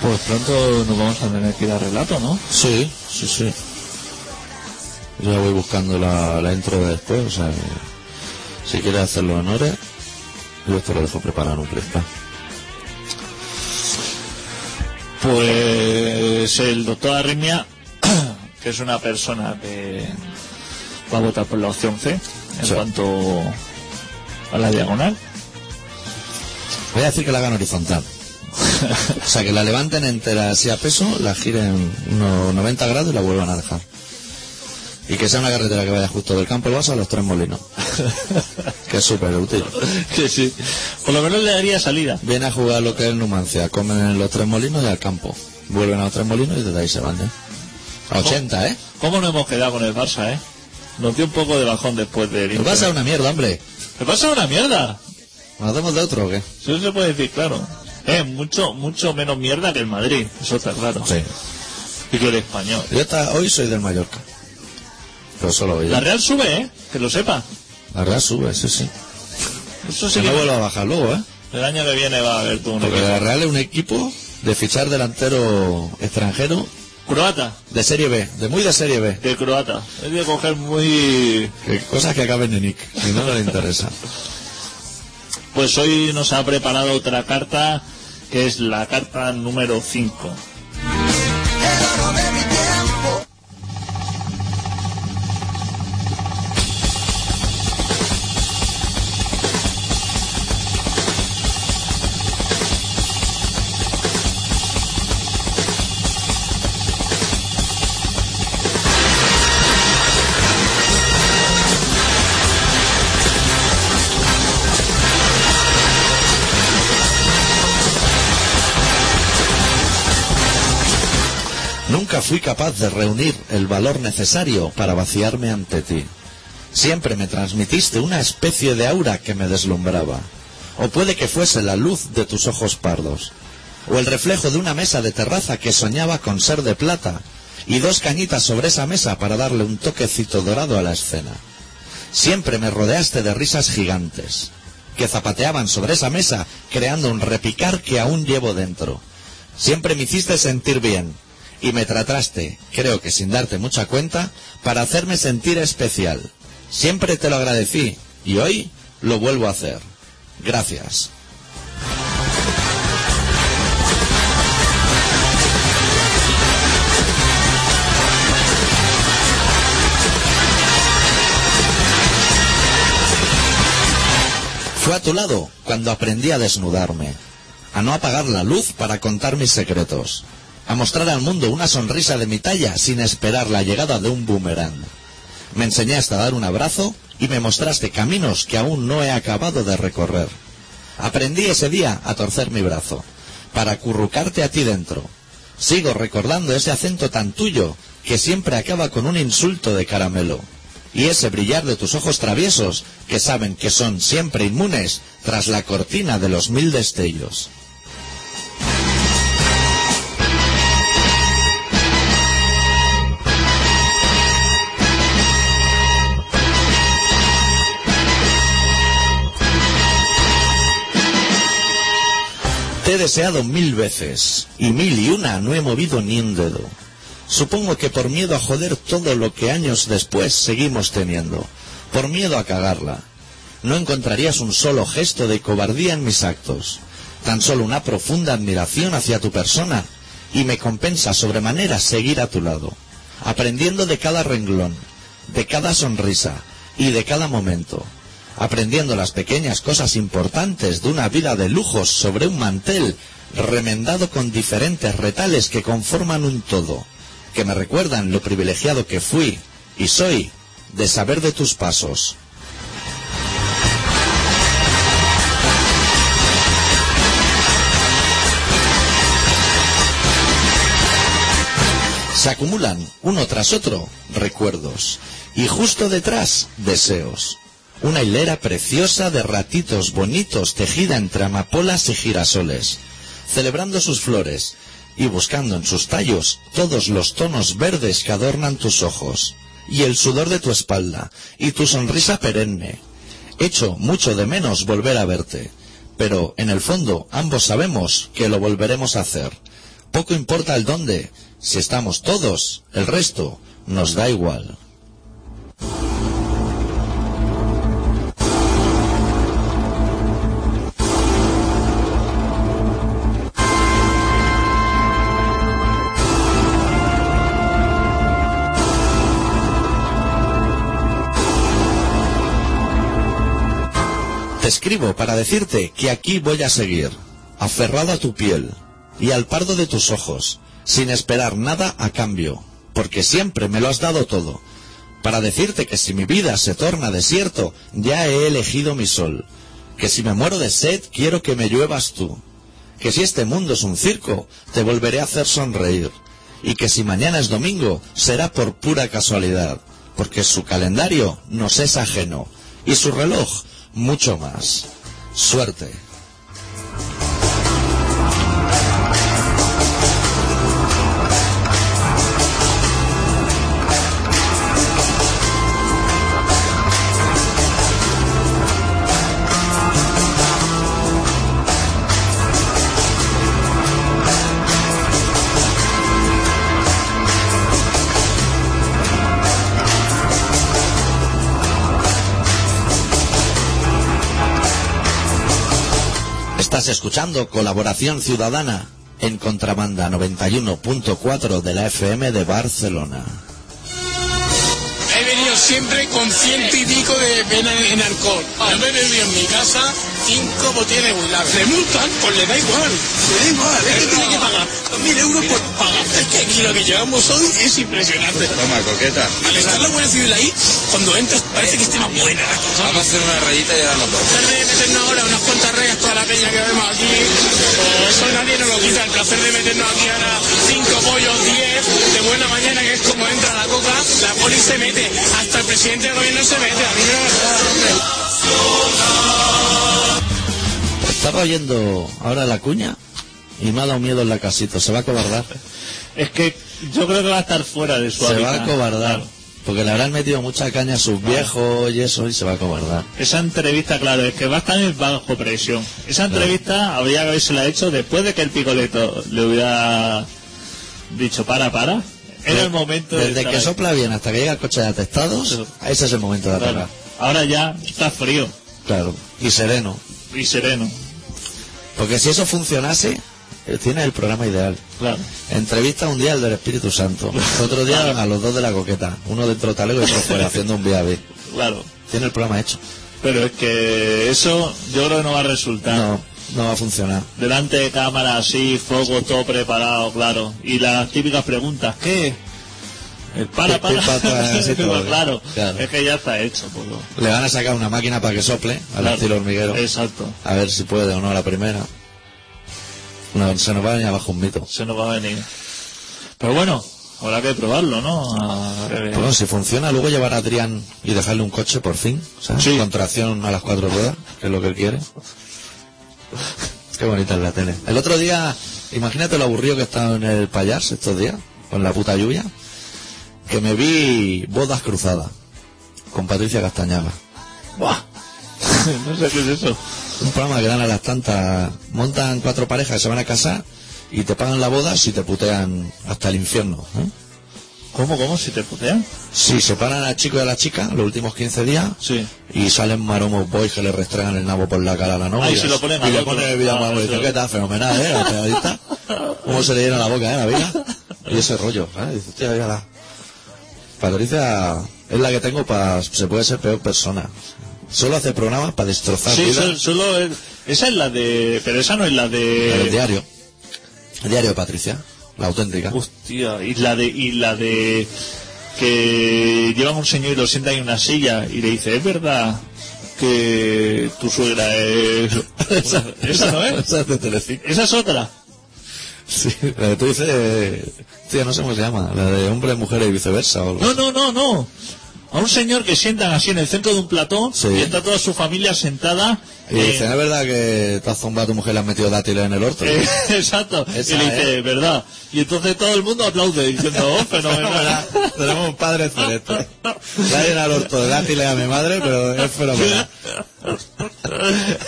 S2: Pues pronto nos vamos a tener que ir al relato, ¿no?
S1: Sí, sí, sí. Yo voy buscando la, la intro de después, o sea, que si quieres hacer los honores, yo te lo dejo preparado en un cristal.
S2: Pues el doctor Arritmia, que es una persona que va a votar por la opción C en
S1: Sí.
S2: cuanto a la diagonal.
S1: Voy a decir que la hagan horizontal. o sea, que la levanten entera así a peso, la giren unos 90 grados y la vuelvan a dejar. Y que sea una carretera que vaya justo del campo del vaso a los tres molinos. que es súper útil.
S2: que sí. Por lo menos le daría salida.
S1: Viene a jugar lo que es Numancia, comen en los tres molinos y al campo. Vuelven a los tres molinos y desde ahí se van, ¿eh? A 80, ¿eh?
S2: ¿Cómo no hemos quedado con el Barça, eh? Nos dio un poco de bajón después del...
S1: El Barça es una mierda, hombre.
S2: El Barça es una mierda.
S1: ¿Nos hacemos de otro o qué?
S2: Eso se puede decir, claro. Es mucho, mucho menos mierda que el Madrid. Eso está claro. Y que el español.
S1: Yo hasta hoy soy del Mallorca. Pero solo hoy.
S2: La
S1: ¿eh?
S2: Real sube, ¿eh? Que lo sepa.
S1: La Real sube, sí, sí.
S2: Eso sí
S1: Que
S2: que
S1: no vuelva a bajar luego, ¿eh?
S2: El año que viene va a haber tú un
S1: Porque
S2: equipo.
S1: la Real es un equipo de fichar delantero extranjero
S2: Croata.
S1: de Serie B, de muy de Serie B.
S2: De croata. Es de coger muy...
S1: Que- cosas que acaben en Nick, que no le interesa.
S2: Pues hoy nos ha preparado otra carta, que es la carta número 5.
S3: El oro de mi tiempo.
S1: Nunca fui capaz de reunir el valor necesario para vaciarme ante ti. Siempre me transmitiste una especie de aura que me deslumbraba. O puede que fuese la luz de tus ojos pardos. O el reflejo de una mesa de terraza que soñaba con ser de plata. Y dos cañitas sobre esa mesa para darle un toquecito dorado a la escena. Siempre me rodeaste de risas gigantes, que zapateaban sobre esa mesa, creando un repicar que aún llevo dentro. Siempre me hiciste sentir bien, y me trataste, creo que sin darte mucha cuenta, para hacerme sentir especial. Siempre te lo agradecí, y hoy lo vuelvo a hacer. Gracias. Fue a tu lado cuando aprendí a desnudarme, a no apagar la luz para contar mis secretos, a mostrar al mundo una sonrisa de mi talla sin esperar la llegada de un boomerang. Me enseñaste a dar un abrazo y me mostraste caminos que aún no he acabado de recorrer. Aprendí ese día a torcer mi brazo, para currucarte a ti dentro. Sigo recordando ese acento tan tuyo que siempre acaba con un insulto de caramelo. Y ese brillar de tus ojos traviesos que saben que son siempre inmunes tras la cortina de los mil destellos. Te he deseado mil veces, y mil y una no he movido ni un dedo. Supongo que por miedo a joder todo lo que años después seguimos teniendo, por miedo a cagarla. No encontrarías un solo gesto de cobardía en mis actos, tan solo una profunda admiración hacia tu persona y me compensa sobremanera seguir a tu lado, aprendiendo de cada renglón, de cada sonrisa y de cada momento, aprendiendo las pequeñas cosas importantes de una vida de lujos sobre un mantel remendado con diferentes retales que conforman un todo, que me recuerdan lo privilegiado que fui y soy de saber de tus pasos. Se acumulan uno tras otro recuerdos y justo detrás deseos. Una hilera preciosa de ratitos bonitos tejida entre amapolas y girasoles, celebrando sus flores y buscando en sus tallos todos los tonos verdes que adornan tus ojos, y el sudor de tu espalda, y tu sonrisa perenne. Echo mucho de menos volver a verte, pero en el fondo ambos sabemos que lo volveremos a hacer. Poco importa el dónde, si estamos todos, el resto nos da igual. Te escribo para decirte que aquí voy a seguir, aferrado a tu piel y al pardo de tus ojos, sin esperar nada a cambio, porque siempre me lo has dado todo. Para decirte que si mi vida se torna desierto, ya he elegido mi sol, que si me muero de sed, quiero que me lluevas tú, que si este mundo es un circo, te volveré a hacer sonreír, y que si mañana es domingo, será por pura casualidad, porque su calendario nos es ajeno, y su reloj mucho más. Suerte. Estás escuchando Colaboración Ciudadana en Contrabanda 91.4 de la FM de Barcelona.
S4: He venido siempre con ciento y pico de pena en alcohol. Yo me he bebido en mi casa cinco botellas de Budweiser. ¿Le multan? Pues le da igual. Le da igual, es que tiene que pagar 2.000 euros por pagar. Es que aquí lo que llevamos hoy es impresionante.
S5: Toma, coqueta.
S4: Al estar la Guardia Civil ahí, cuando entras parece que esté más buena la cosa.
S5: Vamos a hacer una rayita y ahora nos vamos.
S4: placer de meternos ahora unas cuantas rayas toda la peña que vemos aquí. o eso nadie nos lo quita. El placer de meternos aquí ahora cinco pollos, diez, de buena mañana, que es como entra la coca, la poli se mete. Hasta el presidente del gobierno se mete. A mí me da-
S1: Estaba oyendo ahora la cuña y me ha dado miedo el lacasito. Se va a cobardar.
S2: Es que yo creo que va a estar fuera de su
S1: Se va
S2: hábitat.
S1: a cobardar.
S2: Claro.
S1: Porque le habrán metido mucha caña a sus viejos y eso y se va a cobardar.
S2: Esa entrevista, claro, es que va a estar en bajo presión. Esa entrevista habría que haberse la hecho después de que el picoleto le hubiera dicho para, para. Era el momento de
S1: Desde
S2: estar
S1: que
S2: ahí.
S1: sopla bien hasta que llega el coche de atestados,
S2: Sí.
S1: ese es el momento de
S2: Claro.
S1: atacar.
S2: Ahora ya está frío
S1: Claro. Y sereno.
S2: y sereno.
S1: Porque si eso funcionase, eh, tienes el programa ideal.
S2: Claro.
S1: Entrevista un día al del Espíritu Santo, otro día a los dos de la coqueta, uno dentro talego y otro fuera, haciendo un viaje.
S2: Claro.
S1: Tiene el programa hecho.
S2: Pero es que eso yo creo que no va a resultar.
S1: No, no va a funcionar.
S2: Delante de cámara, así, fuego, todo preparado, claro. Y las típicas preguntas, ¿qué? El para,
S1: Pi-
S2: para.
S1: pi- pa- atrás, así todo,
S2: claro.
S1: claro.
S2: Es que ya está hecho. Poco.
S1: Le van a sacar una máquina para que sople, al estilo hormiguero,
S2: Exacto.
S1: a ver si puede o no a la primera. No, se nos va a venir abajo un mito.
S2: Se nos va a venir. Pero bueno, habrá que probarlo, ¿no? A- eh.
S1: Bueno, si funciona, luego llevar a Adrián y dejarle un coche por fin, ¿sabes?
S2: Sí.
S1: Con tracción a las cuatro ruedas, que es lo que él quiere. Qué bonita es la tele. El otro día, imagínate lo aburrido que he estado en el payas estos días, con la puta lluvia, que me vi bodas cruzadas con Patricia Castañaga.
S2: Buah. no sé qué es eso.
S1: Un programa que dan a las tantas, montan cuatro parejas que se van a casar y te pagan la boda si te putean hasta el infierno. ¿eh?
S2: ¿Cómo, cómo? ¿Si te putean?
S1: Si separan al chico y a la chica los últimos 15 días,
S2: Sí.
S1: Y salen maromos boys que le restregan el nabo por la cara a la novia.
S2: Ah, y se lo ponen
S1: Y
S2: al
S1: le
S2: otro.
S1: ponen el video
S2: Ah,
S1: mambo y dice,
S2: eso.
S1: ¿qué tal? Fenomenal, ¿eh? La pegadita. Cómo se le llena la boca, ¿eh? La vena. Y ese rollo, ¿eh? Dice, hostia, mira la... Patricia es la que tengo para... Se puede ser peor persona. Solo hace programas para destrozar
S2: Sí,
S1: vidas.
S2: solo, solo es- esa es la de. Pero esa no es la
S1: El
S2: de.
S1: diario. El diario de Patricia. La auténtica.
S2: Hostia, y la de. Y la de. Que llevan un señor y lo sienta en una silla y le dice, es verdad que tu suegra es. esa, esa no es.
S1: Esa es de Telecinco.
S2: Esa es otra.
S1: Sí, la que tú dices... eh, Hostia, no sé cómo se llama. La de hombre, mujer y viceversa o algo
S2: No, no, no, no. A un señor que sientan así en el centro de un platón
S1: Sí.
S2: y está toda su familia sentada.
S1: Y
S2: en-
S1: dicen, ¿es verdad que te has zumbado a tu mujer y le has metido dátiles en el orto?
S2: Eh, Exacto.
S1: Esa,
S2: y le dice, ¿verdad? Y entonces todo el mundo aplaude diciendo, oh, fenomenal.
S1: Tenemos un padre excelente. Le ha llenado el orto de dátiles a mi madre, pero es fenomenal.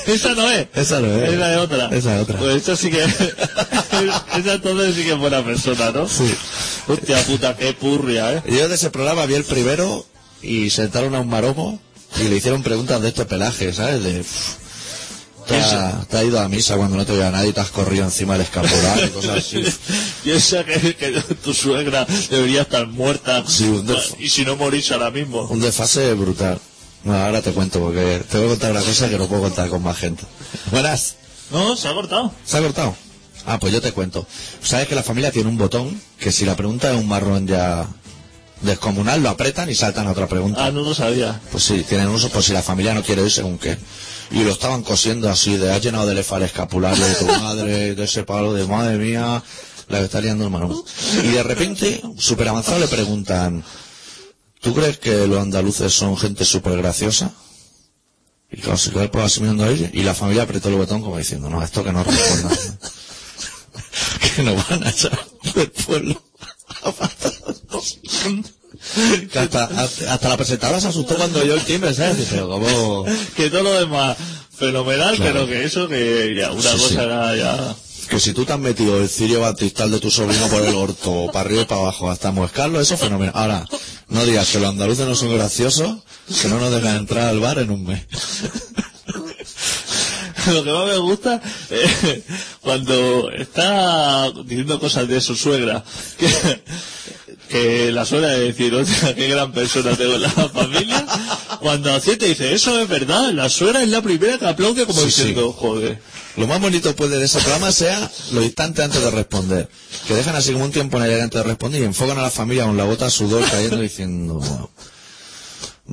S2: Esa no es.
S1: Esa no es.
S2: Esa es otra.
S1: Esa Eh, es otra.
S2: Pues esa sí que. esa entonces sí que es buena persona, ¿no?
S1: Sí.
S2: Hostia puta, qué purria, ¿eh?
S1: Yo de ese programa vi el primero y sentaron a un maromo y le hicieron preguntas de este pelaje, ¿sabes? De, "Uf, te, ha- te has ido a misa cuando no te veía nadie y te has corrido encima del escapular y cosas así.
S2: Y esa que, que tu suegra debería estar muerta.
S1: Sí, un defo.
S2: y si no morís ahora mismo.
S1: Un desfase brutal. Bueno, ahora te cuento porque te voy a contar una cosa que no puedo contar con más gente. Buenas.
S2: No, se ha cortado.
S1: ¿Se ha cortado? Ah, pues yo te cuento. Sabes que la familia tiene un botón que si la pregunta es un marrón ya descomunal, lo apretan y saltan a otra pregunta.
S2: Ah, no lo sabía.
S1: Pues sí, tienen uso por si la familia no quiere ir según qué. Y lo estaban cosiendo así, de has llenado de lefa el escapulario de tu madre, de ese palo de madre mía, la que está liando el marrón. Y de repente, súper avanzado, le preguntan, ¿tú crees que los andaluces son gente súper graciosa? Y claro, se quedó el pavo así mirando a ella, y la familia apretó el botón como diciendo, no, esto que no responda. que nos van a echar del pueblo. Que hasta, hasta- hasta la presentadora se asustó cuando yo el timbre, ¿sabes? Dice, Pero como...
S2: Que todo lo demás fenomenal,
S1: Claro.
S2: pero que eso, que ya una
S1: Sí,
S2: cosa
S1: sí.
S2: era ya.
S1: Que si tú te has metido el cirio baptistal de tu sobrino por el orto, para arriba y para abajo, hasta moscarlo, eso es fenomenal. Ahora, no digas que los andaluces no son graciosos, que no nos dejan entrar al bar en un mes.
S2: Lo que más me gusta eh, cuando está diciendo cosas de su suegra, que, que la suegra de decir, "Hostia, qué gran persona tengo en la familia, cuando acierta dice, eso es verdad, la suegra es la primera que aplaude como
S1: Sí,
S2: diciendo, joder.
S1: Lo más bonito puede de ese programa sea los instantes antes de responder. Que dejan así como un tiempo en el aire antes de responder y enfocan a la familia con la bota de sudor cayendo diciendo...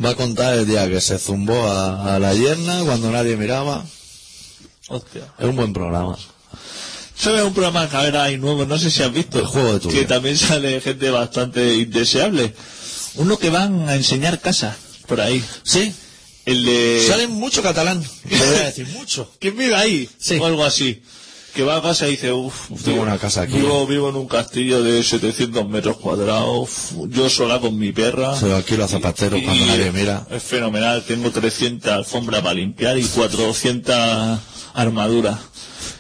S1: Va a contar el día que se zumbó a, a la yerna cuando nadie miraba.
S2: Hostia.
S1: Es un buen programa.
S2: ¿Sabes un programa que ahora hay nuevo? No sé si has visto.
S1: El juego de tu
S2: Que
S1: vida.
S2: también sale gente bastante indeseable. Uno que van a enseñar casas por ahí.
S1: Sí,
S2: El de...
S1: salen mucho catalán. Eh. Te voy a decir mucho.
S2: ¿Quién vive ahí?
S1: Sí.
S2: O algo así. Que va a casa y dice, uff,
S1: Tengo una casa aquí.
S2: Vivo, vivo en un castillo de 700 metros cuadrados, uf, yo sola con mi perra.
S1: Pero aquí los zapateros,
S2: Y-
S1: cuando nadie mira.
S2: Es fenomenal, tengo 300 alfombras para limpiar y 400 armaduras.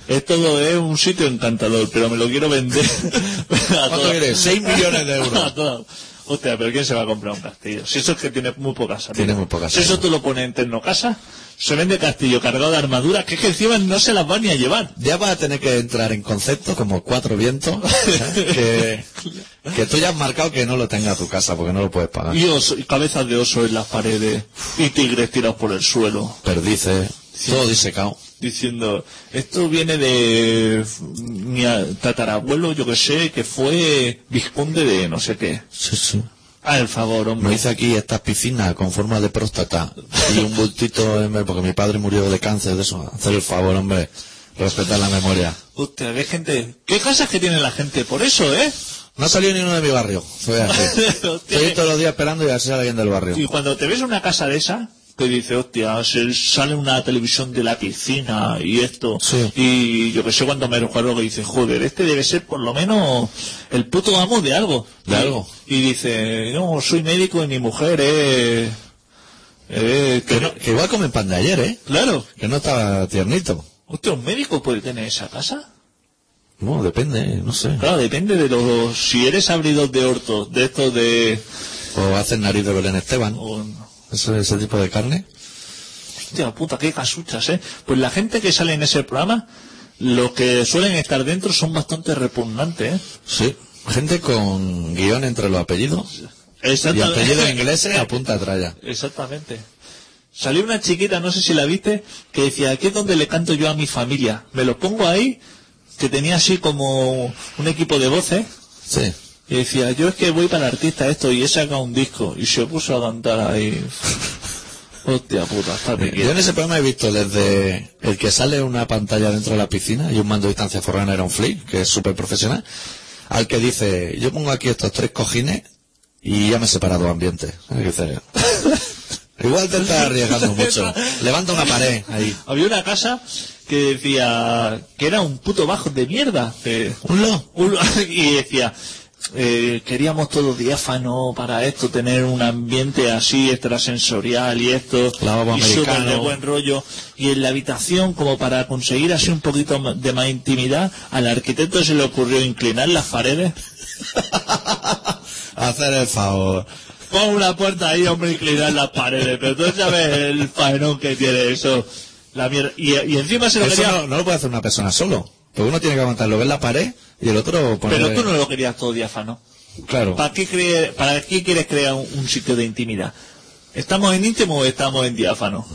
S2: Es todo es un sitio encantador, pero me lo quiero vender. a
S1: ¿Cuánto quieres? 6 millones de euros.
S2: A todas. Hostia, pero ¿quién se va a comprar un castillo? Si eso es que tiene muy pocas salidas.
S1: Tiene muy pocas
S2: Si eso
S1: salidas.
S2: tú lo pones en Tecnocasa, se vende castillo cargado de armaduras, que es que encima no se las van ni a llevar.
S1: Ya vas a tener que entrar en conceptos como cuatro vientos que, que tú ya has marcado que no lo tenga tu casa porque no lo puedes pagar.
S2: Y, oso- y cabezas de oso en las paredes, y tigres tirados por el suelo,
S1: Perdices, todo disecado.
S2: diciendo, esto viene de mi a- tatarabuelo, yo que sé, que fue vizconde de no sé qué.
S1: Sí, sí.
S2: Al Ah, favor,
S1: Me
S2: hombre.
S1: hice aquí estas piscinas con forma de próstata y un bultito, hombre, porque mi padre murió de cáncer de eso. Hacer el favor, hombre. Respetar la memoria.
S2: Hostia, qué gente, qué casas que tiene la gente, por eso, ¿eh?
S1: No ha salido ni uno de mi barrio. Soy así. Estoy todos los días esperando y a ver si sale alguien del barrio.
S2: Y cuando te ves una casa de esa, que dice, hostia, se sale una televisión de la piscina y esto,
S1: Sí.
S2: y yo que sé cuánto me recuerdo que dice, joder, este debe ser por lo menos el puto amo de algo.
S1: De
S2: Y-
S1: algo.
S2: Y dice, no, soy médico y mi mujer es... es-
S1: Que, no- que igual comen pan de ayer, ¿eh?
S2: Claro.
S1: Que no estaba tiernito.
S2: Hostia, ¿un médico puede tener esa casa?
S1: No, depende, ¿eh? no sé.
S2: Claro, depende de los... Si eres abridor de hortos, de estos de...
S1: O hacen nariz de Belén Esteban.
S2: o-
S1: Ese, ese tipo de carne.
S2: Hostia puta, qué casuchas, ¿eh? Pues la gente que sale en ese programa los que suelen estar dentro son bastante repugnantes. ¿eh?
S1: Sí. Gente con guión entre los apellidos. Y
S2: Exactamente.
S1: apellidos ingleses a punta tralla.
S2: Exactamente. Salió una chiquita, no sé si la viste, que decía, aquí es donde le canto yo a mi familia. Me lo pongo ahí, que tenía así como un equipo de voces,
S1: Sí.
S2: y decía, yo es que voy para artista esto, y he sacado un disco, y se puso a cantar ahí. Hostia puta, está
S1: Yo
S2: pequeña.
S1: en ese programa he visto desde el que sale una pantalla dentro de la piscina y un mando de distancia forrana era un flip, que es súper profesional, al que dice, yo pongo aquí estos tres cojines y ya me he separado ambiente. Y dice, Igual te estás arriesgando mucho. Levanta una pared ahí.
S2: Había una casa que decía que era un puto bajo de mierda. que-
S1: Un lo.
S2: Un- y decía eh, queríamos todo diáfano para esto tener un ambiente así extrasensorial y esto
S1: Lavabo
S2: y súper
S1: americano.
S2: de buen rollo y en la habitación como para conseguir así un poquito ma- de más intimidad al arquitecto se le ocurrió inclinar las paredes
S1: Hacer el favor.
S2: pon una puerta ahí hombre e inclinar las paredes pero tú sabes el faenón que tiene eso la mierda y, y encima se lo
S1: Eso
S2: quería
S1: no, no lo puede hacer una persona solo. Porque uno tiene que aguantar lo que es la pared y el otro
S2: pero
S1: ponerle-
S2: tú no lo querías todo diáfano
S1: Claro.
S2: ¿Para qué, cre- para qué quieres crear un, un sitio de intimidad? ¿Estamos en íntimo o estamos en diáfano?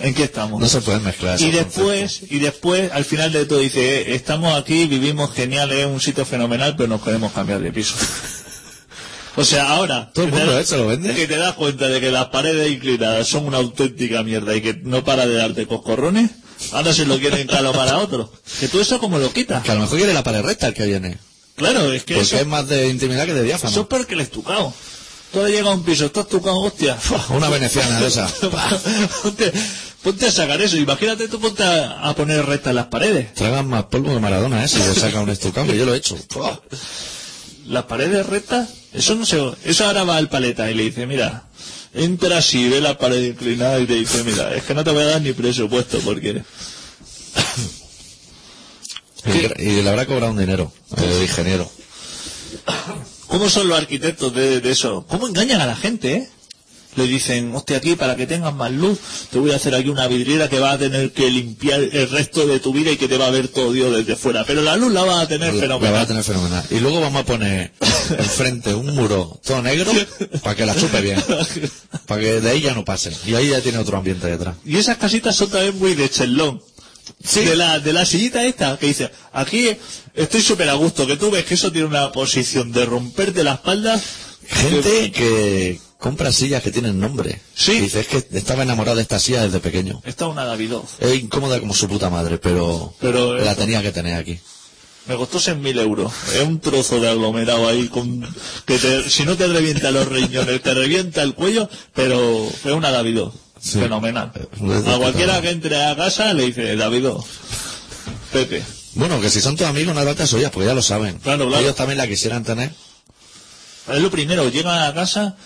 S2: ¿En qué estamos?
S1: No se pueden mezclar.
S2: y
S1: esos
S2: después, y después, al final de todo, dice, "Eh, estamos aquí, vivimos genial, es un sitio fenomenal, pero nos queremos cambiar de piso. o sea, ahora...
S1: Todo el
S2: que te
S1: mundo
S2: da-
S1: eso lo vende.
S2: Que te das cuenta de que las paredes inclinadas son una auténtica mierda y que no para de darte coscorrones, ahora se lo quieren calomar a otro. Que tú eso como lo quitas.
S1: conceptos. Que a lo mejor quiere la pared recta el que viene.
S2: Claro, es que
S1: Porque
S2: eso...
S1: es más de intimidad que de diáfano.
S2: Eso es peor que el estucado. Tú ahora llegas a un piso, estás tucado, hostia.
S1: Una veneciana de esa.
S2: ponte, ponte a sacar eso. Imagínate tú ponte a, a poner rectas las paredes.
S1: Tragan más polvo que Maradona, ¿eh? Si le saca un estucán, que yo lo he hecho. Pua.
S2: Las paredes rectas, eso no se... Eso ahora va al paleta y le dice, mira, entra así, ve la pared inclinada y te dice, mira, es que no te voy a dar ni presupuesto porque...
S1: Y, y le habrá cobrado un dinero, el ingeniero.
S2: ¿Cómo son los arquitectos de, de eso? ¿Cómo engañan a la gente, eh? Le dicen, hostia, aquí para que tengas más luz, te voy a hacer aquí una vidriera que vas a tener que limpiar el resto de tu vida y que te va a ver todo Dios desde fuera. Pero la luz la vas a
S1: La
S2: tener
S1: va a
S2: fenomenal.
S1: tener fenomenal. Y luego vamos a poner enfrente un muro todo negro para que la chupe bien. Para que de ahí ya no pase. Y ahí ya tiene otro ambiente detrás.
S2: Y esas casitas son también muy de chelón. De, la, de la sillita esta que dice, aquí estoy súper a gusto, que tú ves que eso tiene una posición de romperte la espalda.
S1: Gente que compra sillas que tienen nombre.
S2: Sí.
S1: Y Dice, es que estaba enamorado de esta silla desde pequeño.
S2: Esta es una Davidoff.
S1: Es incómoda como su puta madre, pero,
S2: Pero, eh,
S1: la tenía que tener aquí.
S2: Me costó 6.000 euros. Es un trozo de aglomerado ahí con que te- si no te revienta los riñones, te revienta el cuello, pero es una Davido.
S1: Sí.
S2: Fenomenal.
S1: Eh, desde
S2: A cualquiera
S1: que-
S2: que entre a casa le dice, Davido, Pepe.
S1: Bueno, que si son tus amigos, no tratas suyas, porque ya lo saben.
S2: Claro, claro.
S1: Ellos también la quisieran tener.
S2: Es lo primero, llegan a casa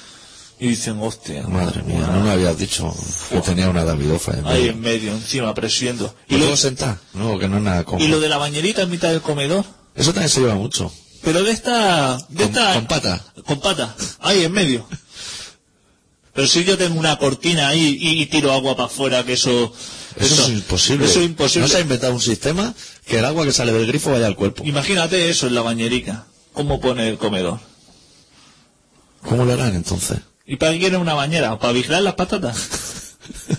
S2: y dicen, hostia,
S1: Madre mía, no me habías dicho que tenía una eh, Davidofa. en
S2: ahí
S1: medio.
S2: en medio, encima, presidiendo.
S1: ¿Y
S2: Y lo,
S1: luego sentar? Pues No, que no es nada
S2: y
S1: cómodo.
S2: lo de la bañerita en mitad del comedor,
S1: Eso también se lleva mucho.
S2: pero de esta... De
S1: Con,
S2: esta
S1: con pata.
S2: Con pata, ahí en medio. Pero si yo tengo una cortina ahí y, y tiro agua para afuera, que eso...
S1: Eso, es imposible.
S2: Eso es imposible.
S1: No se ha inventado un sistema que el agua que sale del grifo vaya al cuerpo.
S2: Imagínate eso en la bañerica. ¿Cómo pone el comedor?
S1: ¿Cómo lo harán entonces?
S2: ¿Y para qué quiere una bañera? ¿Para vigilar las patatas?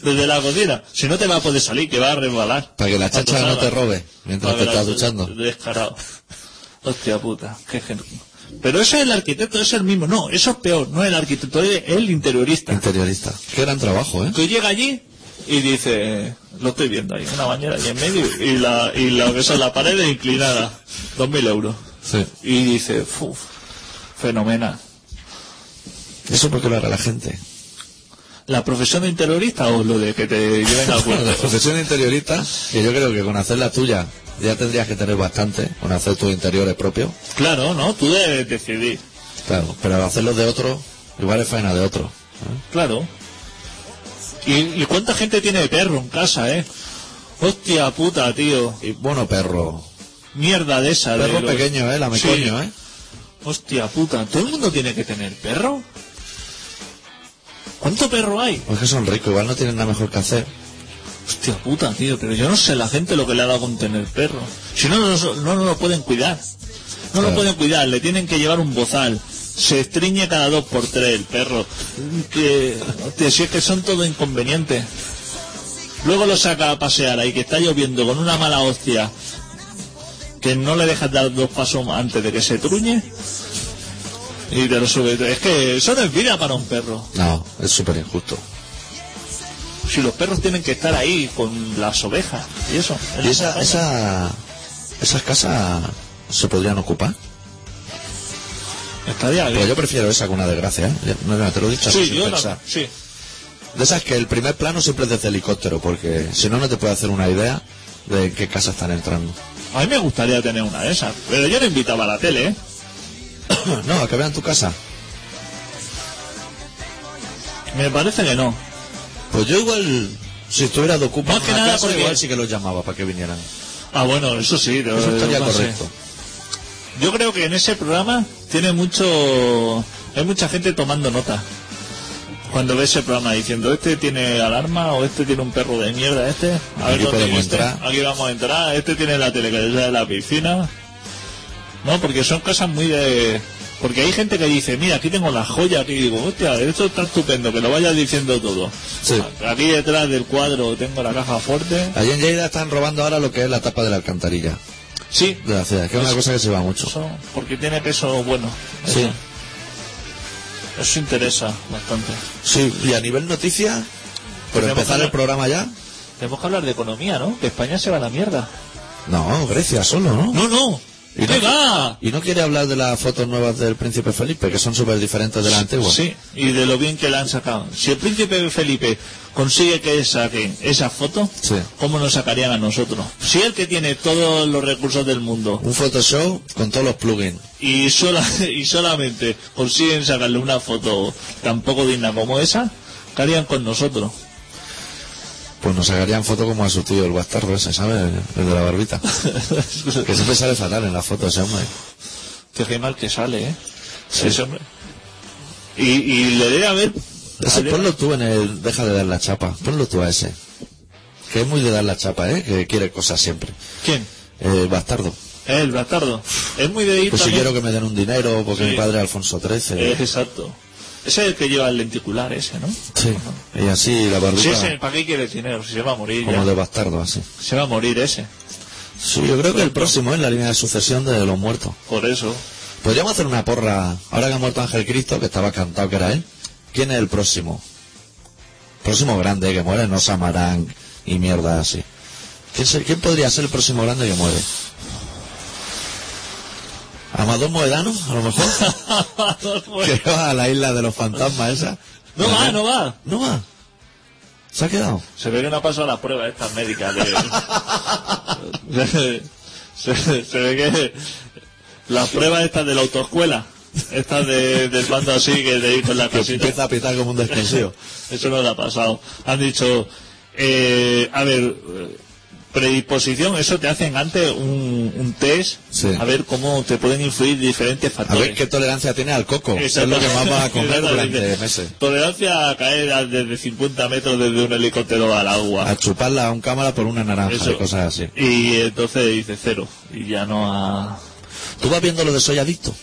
S2: Desde la cocina. Si no te va a poder salir, que va a resbalar.
S1: Para que la
S2: Cuando
S1: chacha no
S2: salga.
S1: te robe mientras
S2: Para
S1: te
S2: que
S1: estás
S2: la-
S1: duchando.
S2: Descarado. Hostia puta. qué gen- Pero eso es el arquitecto, es el mismo. No, eso es peor. No es el arquitecto, es el interiorista.
S1: Interiorista. Qué gran trabajo, ¿eh?
S2: Tú llega allí y dice, lo estoy viendo ahí, una bañera allí en medio y la, y la que son las paredes inclinadas, 2.000 euros.
S1: Sí.
S2: Y dice, uff, fenomenal.
S1: ¿Eso porque lo hará la gente?
S2: ¿La profesión de interiorista o lo de que te lleven al
S1: Bueno,
S2: cuerpo?
S1: la profesión interiorista, que yo creo que con hacer la tuya ya tendrías que tener bastante, con hacer tus interiores propios.
S2: claro, ¿no? Tú debes decidir.
S1: Claro, pero al hacerlos de otro, igual es faena de otro.
S2: Claro. ¿Y, y cuánta gente tiene perro en casa, eh? Hostia puta, tío.
S1: Y bueno, perro.
S2: Mierda de esa. de
S1: Perro
S2: los-
S1: pequeño, ¿eh? La
S2: Sí.
S1: mecoño, ¿eh?
S2: Hostia puta, ¿todo el mundo tiene que tener perro? ¿Cuánto perro hay?
S1: Pues que son ricos, igual no tienen nada mejor que hacer.
S2: Hostia puta, tío, pero yo no sé la gente lo que le ha dado con tener perro. Si no, no, no, no lo pueden cuidar. No lo
S1: Claro.
S2: pueden cuidar, le tienen que llevar un bozal. Se estriñe cada dos por tres el perro. Que, hostia, si es que son todo inconvenientes. Luego lo saca a pasear ahí, que está lloviendo con una mala hostia. Que no le dejas dar dos pasos antes de que se truñe. Y te lo sube. Es que eso no es vida para un perro.
S1: No, es súper injusto.
S2: Si los perros tienen que estar ahí con las ovejas y eso. en
S1: ¿Y
S2: la
S1: esa,
S2: montaña.
S1: esa, esas casas se podrían ocupar?
S2: Estaría
S1: Pues
S2: bien.
S1: yo prefiero esa que una desgracia, ¿eh? Ya- No, no, te lo he dicho así
S2: sí,
S1: sin
S2: yo la-
S1: pensar.
S2: sí.
S1: De esas que el primer plano siempre es desde helicóptero, porque si no, no te puede hacer una idea de en qué casa están entrando.
S2: A mí me gustaría tener una de esas. Pero yo no invitaba a la tele, ¿eh?
S1: No, a que vean tu casa.
S2: Me parece que no.
S1: Pues yo igual, si estuviera de ocupa
S2: Más que
S1: una
S2: nada
S1: casa,
S2: porque-
S1: igual sí que los llamaba para que vinieran.
S2: Ah, bueno, eso sí. lo-
S1: Eso estaría
S2: lo pasé.
S1: correcto.
S2: Yo creo que en ese programa tiene mucho. Hay mucha gente tomando nota. Cuando ve ese programa diciendo, este tiene alarma o este tiene un perro de mierda, este. A ver
S1: Aquí
S2: dónde
S1: podemos
S2: este.
S1: entrar.
S2: Aquí vamos a entrar. Este tiene la tele que es la de la piscina. No, porque son cosas muy de. Porque hay gente que dice, mira, aquí tengo la joya, aquí digo, hostia, esto está estupendo, que lo vayas diciendo todo.
S1: Sí.
S2: Aquí detrás del cuadro tengo la caja fuerte.
S1: Allí en Lleida están robando ahora lo que es la tapa de la alcantarilla
S2: Sí,
S1: de la ciudad, que es una cosa que se va mucho.
S2: Eso, porque tiene peso bueno.
S1: Sí.
S2: Eso. Eso interesa bastante.
S1: Sí, y a nivel noticia, por
S2: Tenemos
S1: empezar
S2: una-
S1: el programa ya.
S2: Tenemos que hablar de economía, ¿no? Que España se va a la mierda.
S1: No, Grecia solo, ¿no?
S2: No, no.
S1: ¿Y no?
S2: ¿Qué va?
S1: Y no quiere hablar de las fotos nuevas del príncipe Felipe, que son súper diferentes de las antiguas.
S2: Sí, y de lo bien que la han sacado. Si el príncipe Felipe consigue que saquen esa foto,
S1: Sí.
S2: ¿cómo nos sacarían a nosotros? Si el que tiene todos los recursos del mundo
S1: Un Photoshop con todos los plugins.
S2: y, sola, y solamente consiguen sacarle una foto tan poco digna como esa, ¿qué harían con nosotros?
S1: Pues nos sacarían fotos como a su tío, el bastardo ese, ¿sabes? El de la barbita. que siempre sale fatal en las fotos, ese hombre.
S2: Qué qué mal que sale, ¿eh? Ese hombre. Y, y le debe haber...
S1: Ese
S2: haber-
S1: ponlo tú en el... Deja de dar la chapa. Ponlo tú a ese. Que es muy de dar la chapa, ¿eh? Que quiere cosas siempre.
S2: ¿Quién?
S1: El bastardo.
S2: El bastardo. Es muy de ir
S1: Pues si
S2: también-
S1: quiero que me den un dinero, porque
S2: Sí.
S1: mi padre es Alfonso XIII.
S2: Eh, exacto. Ese es el que lleva el lenticular ese, ¿no?
S1: Sí. Y así la
S2: Sí,
S1: barbita
S2: ese, ¿para qué quiere dinero? Si se va a morir ya.
S1: como de bastardo, así.
S2: Se va a morir ese.
S1: Sí, yo creo que el próximo es la línea de sucesión de los muertos.
S2: Por eso.
S1: Podríamos hacer una porra, ahora que ha muerto Ángel Cristo, que estaba cantado que era él. ¿Quién es el próximo? Próximo grande que muere, no Samarán y mierda así. ¿Quién, se- quién podría ser el próximo grande que muere? ¿Amador Moedano, a lo mejor? que va a la isla de los fantasmas esa.
S2: no va, no va.
S1: No va. ¿Se ha quedado?
S2: Se ve que no ha pasado las pruebas estas médicas. de- se, se ve que las pruebas estas de la autoescuela, estas de- del mando así que te con la
S1: Que
S2: casita,
S1: empieza a pitar como un desconsigo.
S2: eso no le ha pasado. Han dicho, eh, a ver, eh, predisposición, eso te hacen antes un, un test,
S1: Sí.
S2: a ver cómo te pueden influir diferentes
S1: A
S2: factores.
S1: ver qué tolerancia tiene al coco. Es
S2: Exacto.
S1: lo que más va a comer
S2: Exactamente.
S1: durante meses.
S2: Tolerancia a caer a- desde 50 metros desde un helicóptero al agua.
S1: A chuparla a un cámara por una naranja
S2: Eso.
S1: y Ah, cosas así.
S2: Y entonces dice cero. Y ya no ha...
S1: ¿Tú vas viendo lo de Soy Adicto?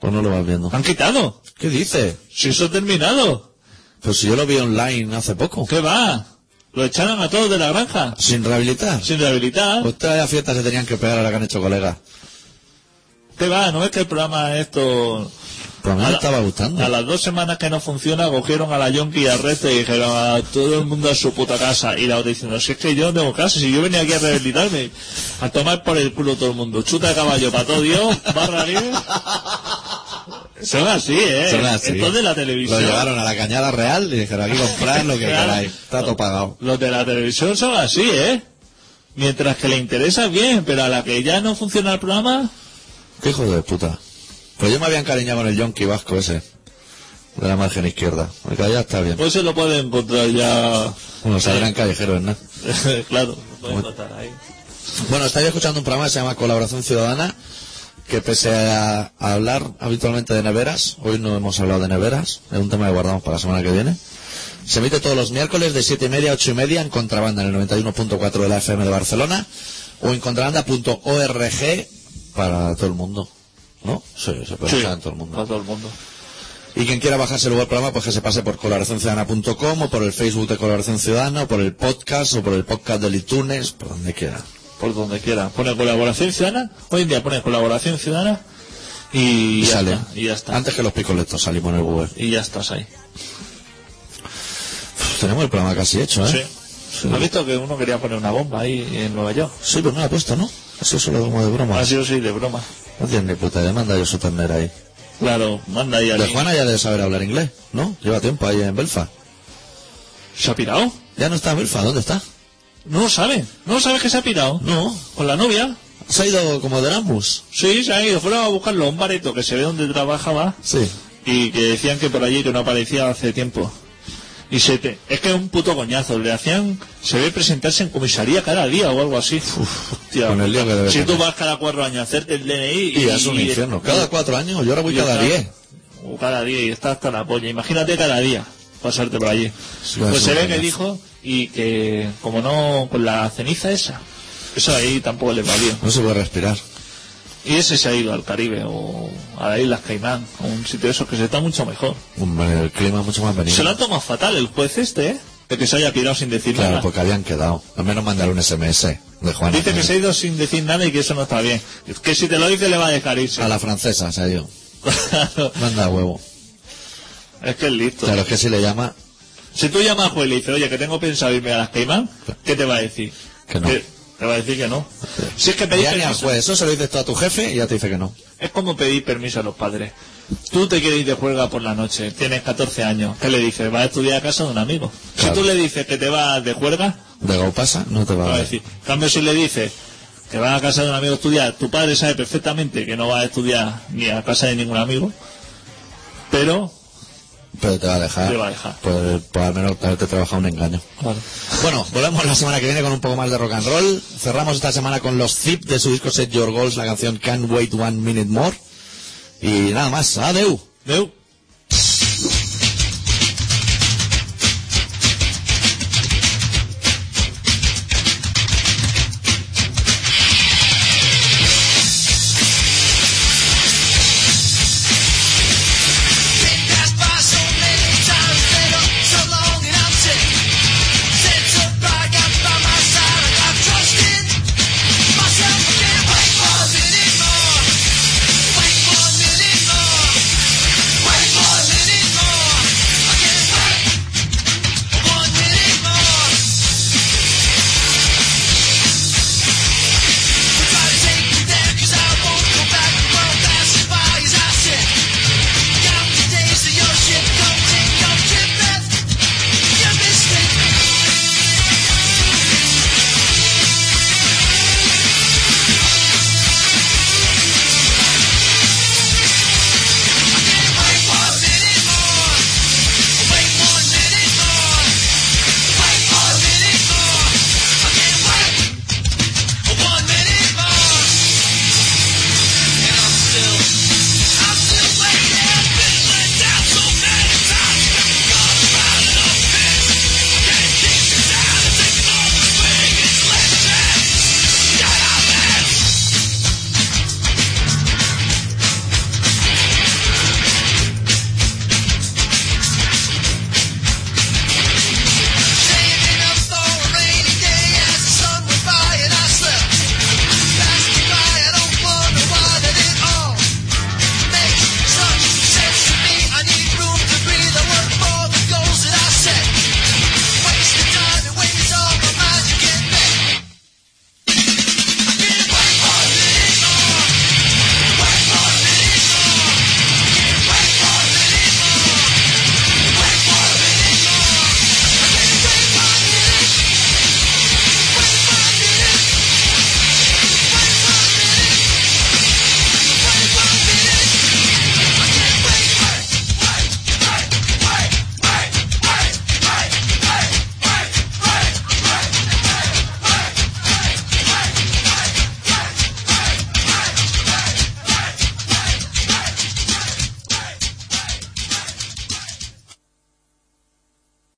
S1: Pues no lo vas viendo.
S2: ¿Han quitado?
S1: ¿Qué dices?
S2: Si eso ha terminado.
S1: Pues si yo lo vi online hace poco.
S2: ¿Qué va? Lo echaron a todos de la granja.
S1: Sin rehabilitar.
S2: Sin rehabilitar.
S1: Ostras, las fiestas se tenían que pegar ahora que han hecho colegas.
S2: ¿Qué va? ¿No es que el programa esto...
S1: Pues a mí
S2: A
S1: me
S2: la-
S1: estaba gustando.
S2: A las dos semanas que no funciona, cogieron a la Yonki y al resto y dijeron a todo el mundo a su puta casa. Y la otra diciendo, si es que yo no tengo casa, si yo venía aquí a rehabilitarme, a tomar por el culo todo el mundo. Chuta de caballo para todo Dios, barra libre. Son así, ¿eh?
S1: Son así.
S2: Entonces la
S1: Lo
S2: televisión...
S1: llevaron a la cañada real y dijeron aquí comprar lo que
S2: Claro.
S1: queráis. Está todo pagado.
S2: Los de la televisión son así, ¿eh? Mientras que le interesa bien, pero a la que ya no funciona el programa,
S1: Qué hijo de puta. Pues yo me había encariñado con el yonki vasco ese. De la margen izquierda. Porque allá está bien.
S2: pues se lo puede encontrar ya.
S1: Bueno, saldrán callejeros, ¿no?
S2: claro, lo puede encontrar ahí.
S1: Bueno, estáis escuchando un programa que se llama Colaboración Ciudadana, que pese a, a hablar habitualmente de neveras, hoy no hemos hablado de neveras, es un tema que guardamos para la semana que viene. Se emite todos los miércoles de 7 y media a 8 y media en contrabanda en el 91.4 de la FM de Barcelona o en contrabanda.org para todo el mundo. ¿No? Sí, se puede
S2: Sí,
S1: escuchar en todo el mundo.
S2: Para todo el mundo.
S1: Y quien quiera bajarse luego el programa, pues que se pase por colaboraciónciudadana.com o por el Facebook de Colaboración Ciudadana o por el podcast o por el podcast de iTunes, por donde quiera.
S2: Por donde quiera. Pone colaboración ciudadana. Hoy en día pone colaboración ciudadana. Y,
S1: Y,
S2: ya
S1: sale.
S2: está. Y ya está.
S1: Antes que los picoletos salimos en el Google.
S2: Y ya estás ahí.
S1: Uf, tenemos el programa casi hecho, ¿eh?
S2: Sí. ¿Has visto que uno quería poner una bomba ahí en Nueva York?
S1: Sí, pero no la ha puesto, ¿no? Eso es solo como de broma.
S2: Ha sido Ah, sí, de broma.
S1: No tiene ni puta demanda yo su ternera ahí.
S2: Claro, manda ahí a
S1: De Juana ya debe saber hablar inglés, ¿no? Lleva tiempo ahí en Belfast.
S2: ¿Se ha pirado?
S1: Ya no está en Belfast, ¿dónde está?
S2: No lo sabe. No sabe que se ha pirado.
S1: No.
S2: ¿Con la novia?
S1: Se ha ido como de Rambus.
S2: Sí, se ha ido. Fueron a buscarlo a un bareto que se ve donde trabajaba
S1: Sí.
S2: y que decían que por allí que no aparecía hace tiempo. Y se te... es que es un puto coñazo. Le hacían, se ve presentarse en comisaría cada día o algo así. Hostia.
S1: con el lío que debe
S2: si tú
S1: tener.
S2: vas cada cuatro años a hacerte el DNI
S1: Y es un
S2: y-
S1: infierno. Cada cuatro años, yo ahora voy
S2: y
S1: cada
S2: está-
S1: diez.
S2: O cada día y está hasta la polla. Imagínate cada día pasarte por allí.
S1: Sí,
S2: pues
S1: es
S2: se
S1: una
S2: ve que
S1: pena.
S2: dijo y que como no con la ceniza esa, eso ahí tampoco le valió.
S1: No se puede respirar.
S2: Y ese se ha ido al Caribe o a las Islas Caimán, o un sitio de esos que se está mucho mejor.
S1: Hombre, el clima es mucho más benigno.
S2: Se lo ha tomado fatal el juez este, ¿eh? De que se haya pirado sin decir
S1: Claro,
S2: nada.
S1: porque habían quedado. Al menos mandar un SMS de Juana.
S2: Dice que se ha ido sin decir nada y que eso no está bien. Que si te lo dice le va a dejar irse.
S1: A la francesa, o sea, yo. Manda huevo.
S2: es que es listo.
S1: Claro, es que si le llama,
S2: Si tú llamas a juez y le dices, oye, que tengo pensado irme a las Caimán, ¿qué te va a decir?
S1: Que no.
S2: te va a decir que no. Si es que pedís
S1: ya ni al
S2: permiso.
S1: juez. Eso se lo dices tú a tu jefe y ya te dice que no.
S2: Es como pedir permiso a los padres. Tú te quieres ir de juerga por la noche, tienes 14 años. ¿Qué le dices? Vas a estudiar a casa de un amigo.
S1: Claro.
S2: Si tú le dices que te vas de juerga,
S1: De go pasa, no te
S2: te
S1: va
S2: va
S1: a
S2: a
S1: decir.
S2: decir. En cambio, si le dices que vas a casa de un amigo a estudiar, tu padre sabe perfectamente que no vas a estudiar ni a casa de ningún amigo, pero...
S1: Pero te va a dejar.
S2: Te va a dejar.
S1: Pues, pues al menos haberte trabajado un engaño. Bueno, volvemos la semana que viene con un poco más de rock and roll. Cerramos esta semana con los Zip de su disco Set Your Goals, la canción Can't Wait One Minute More. Y nada más, adeu.
S2: Deu.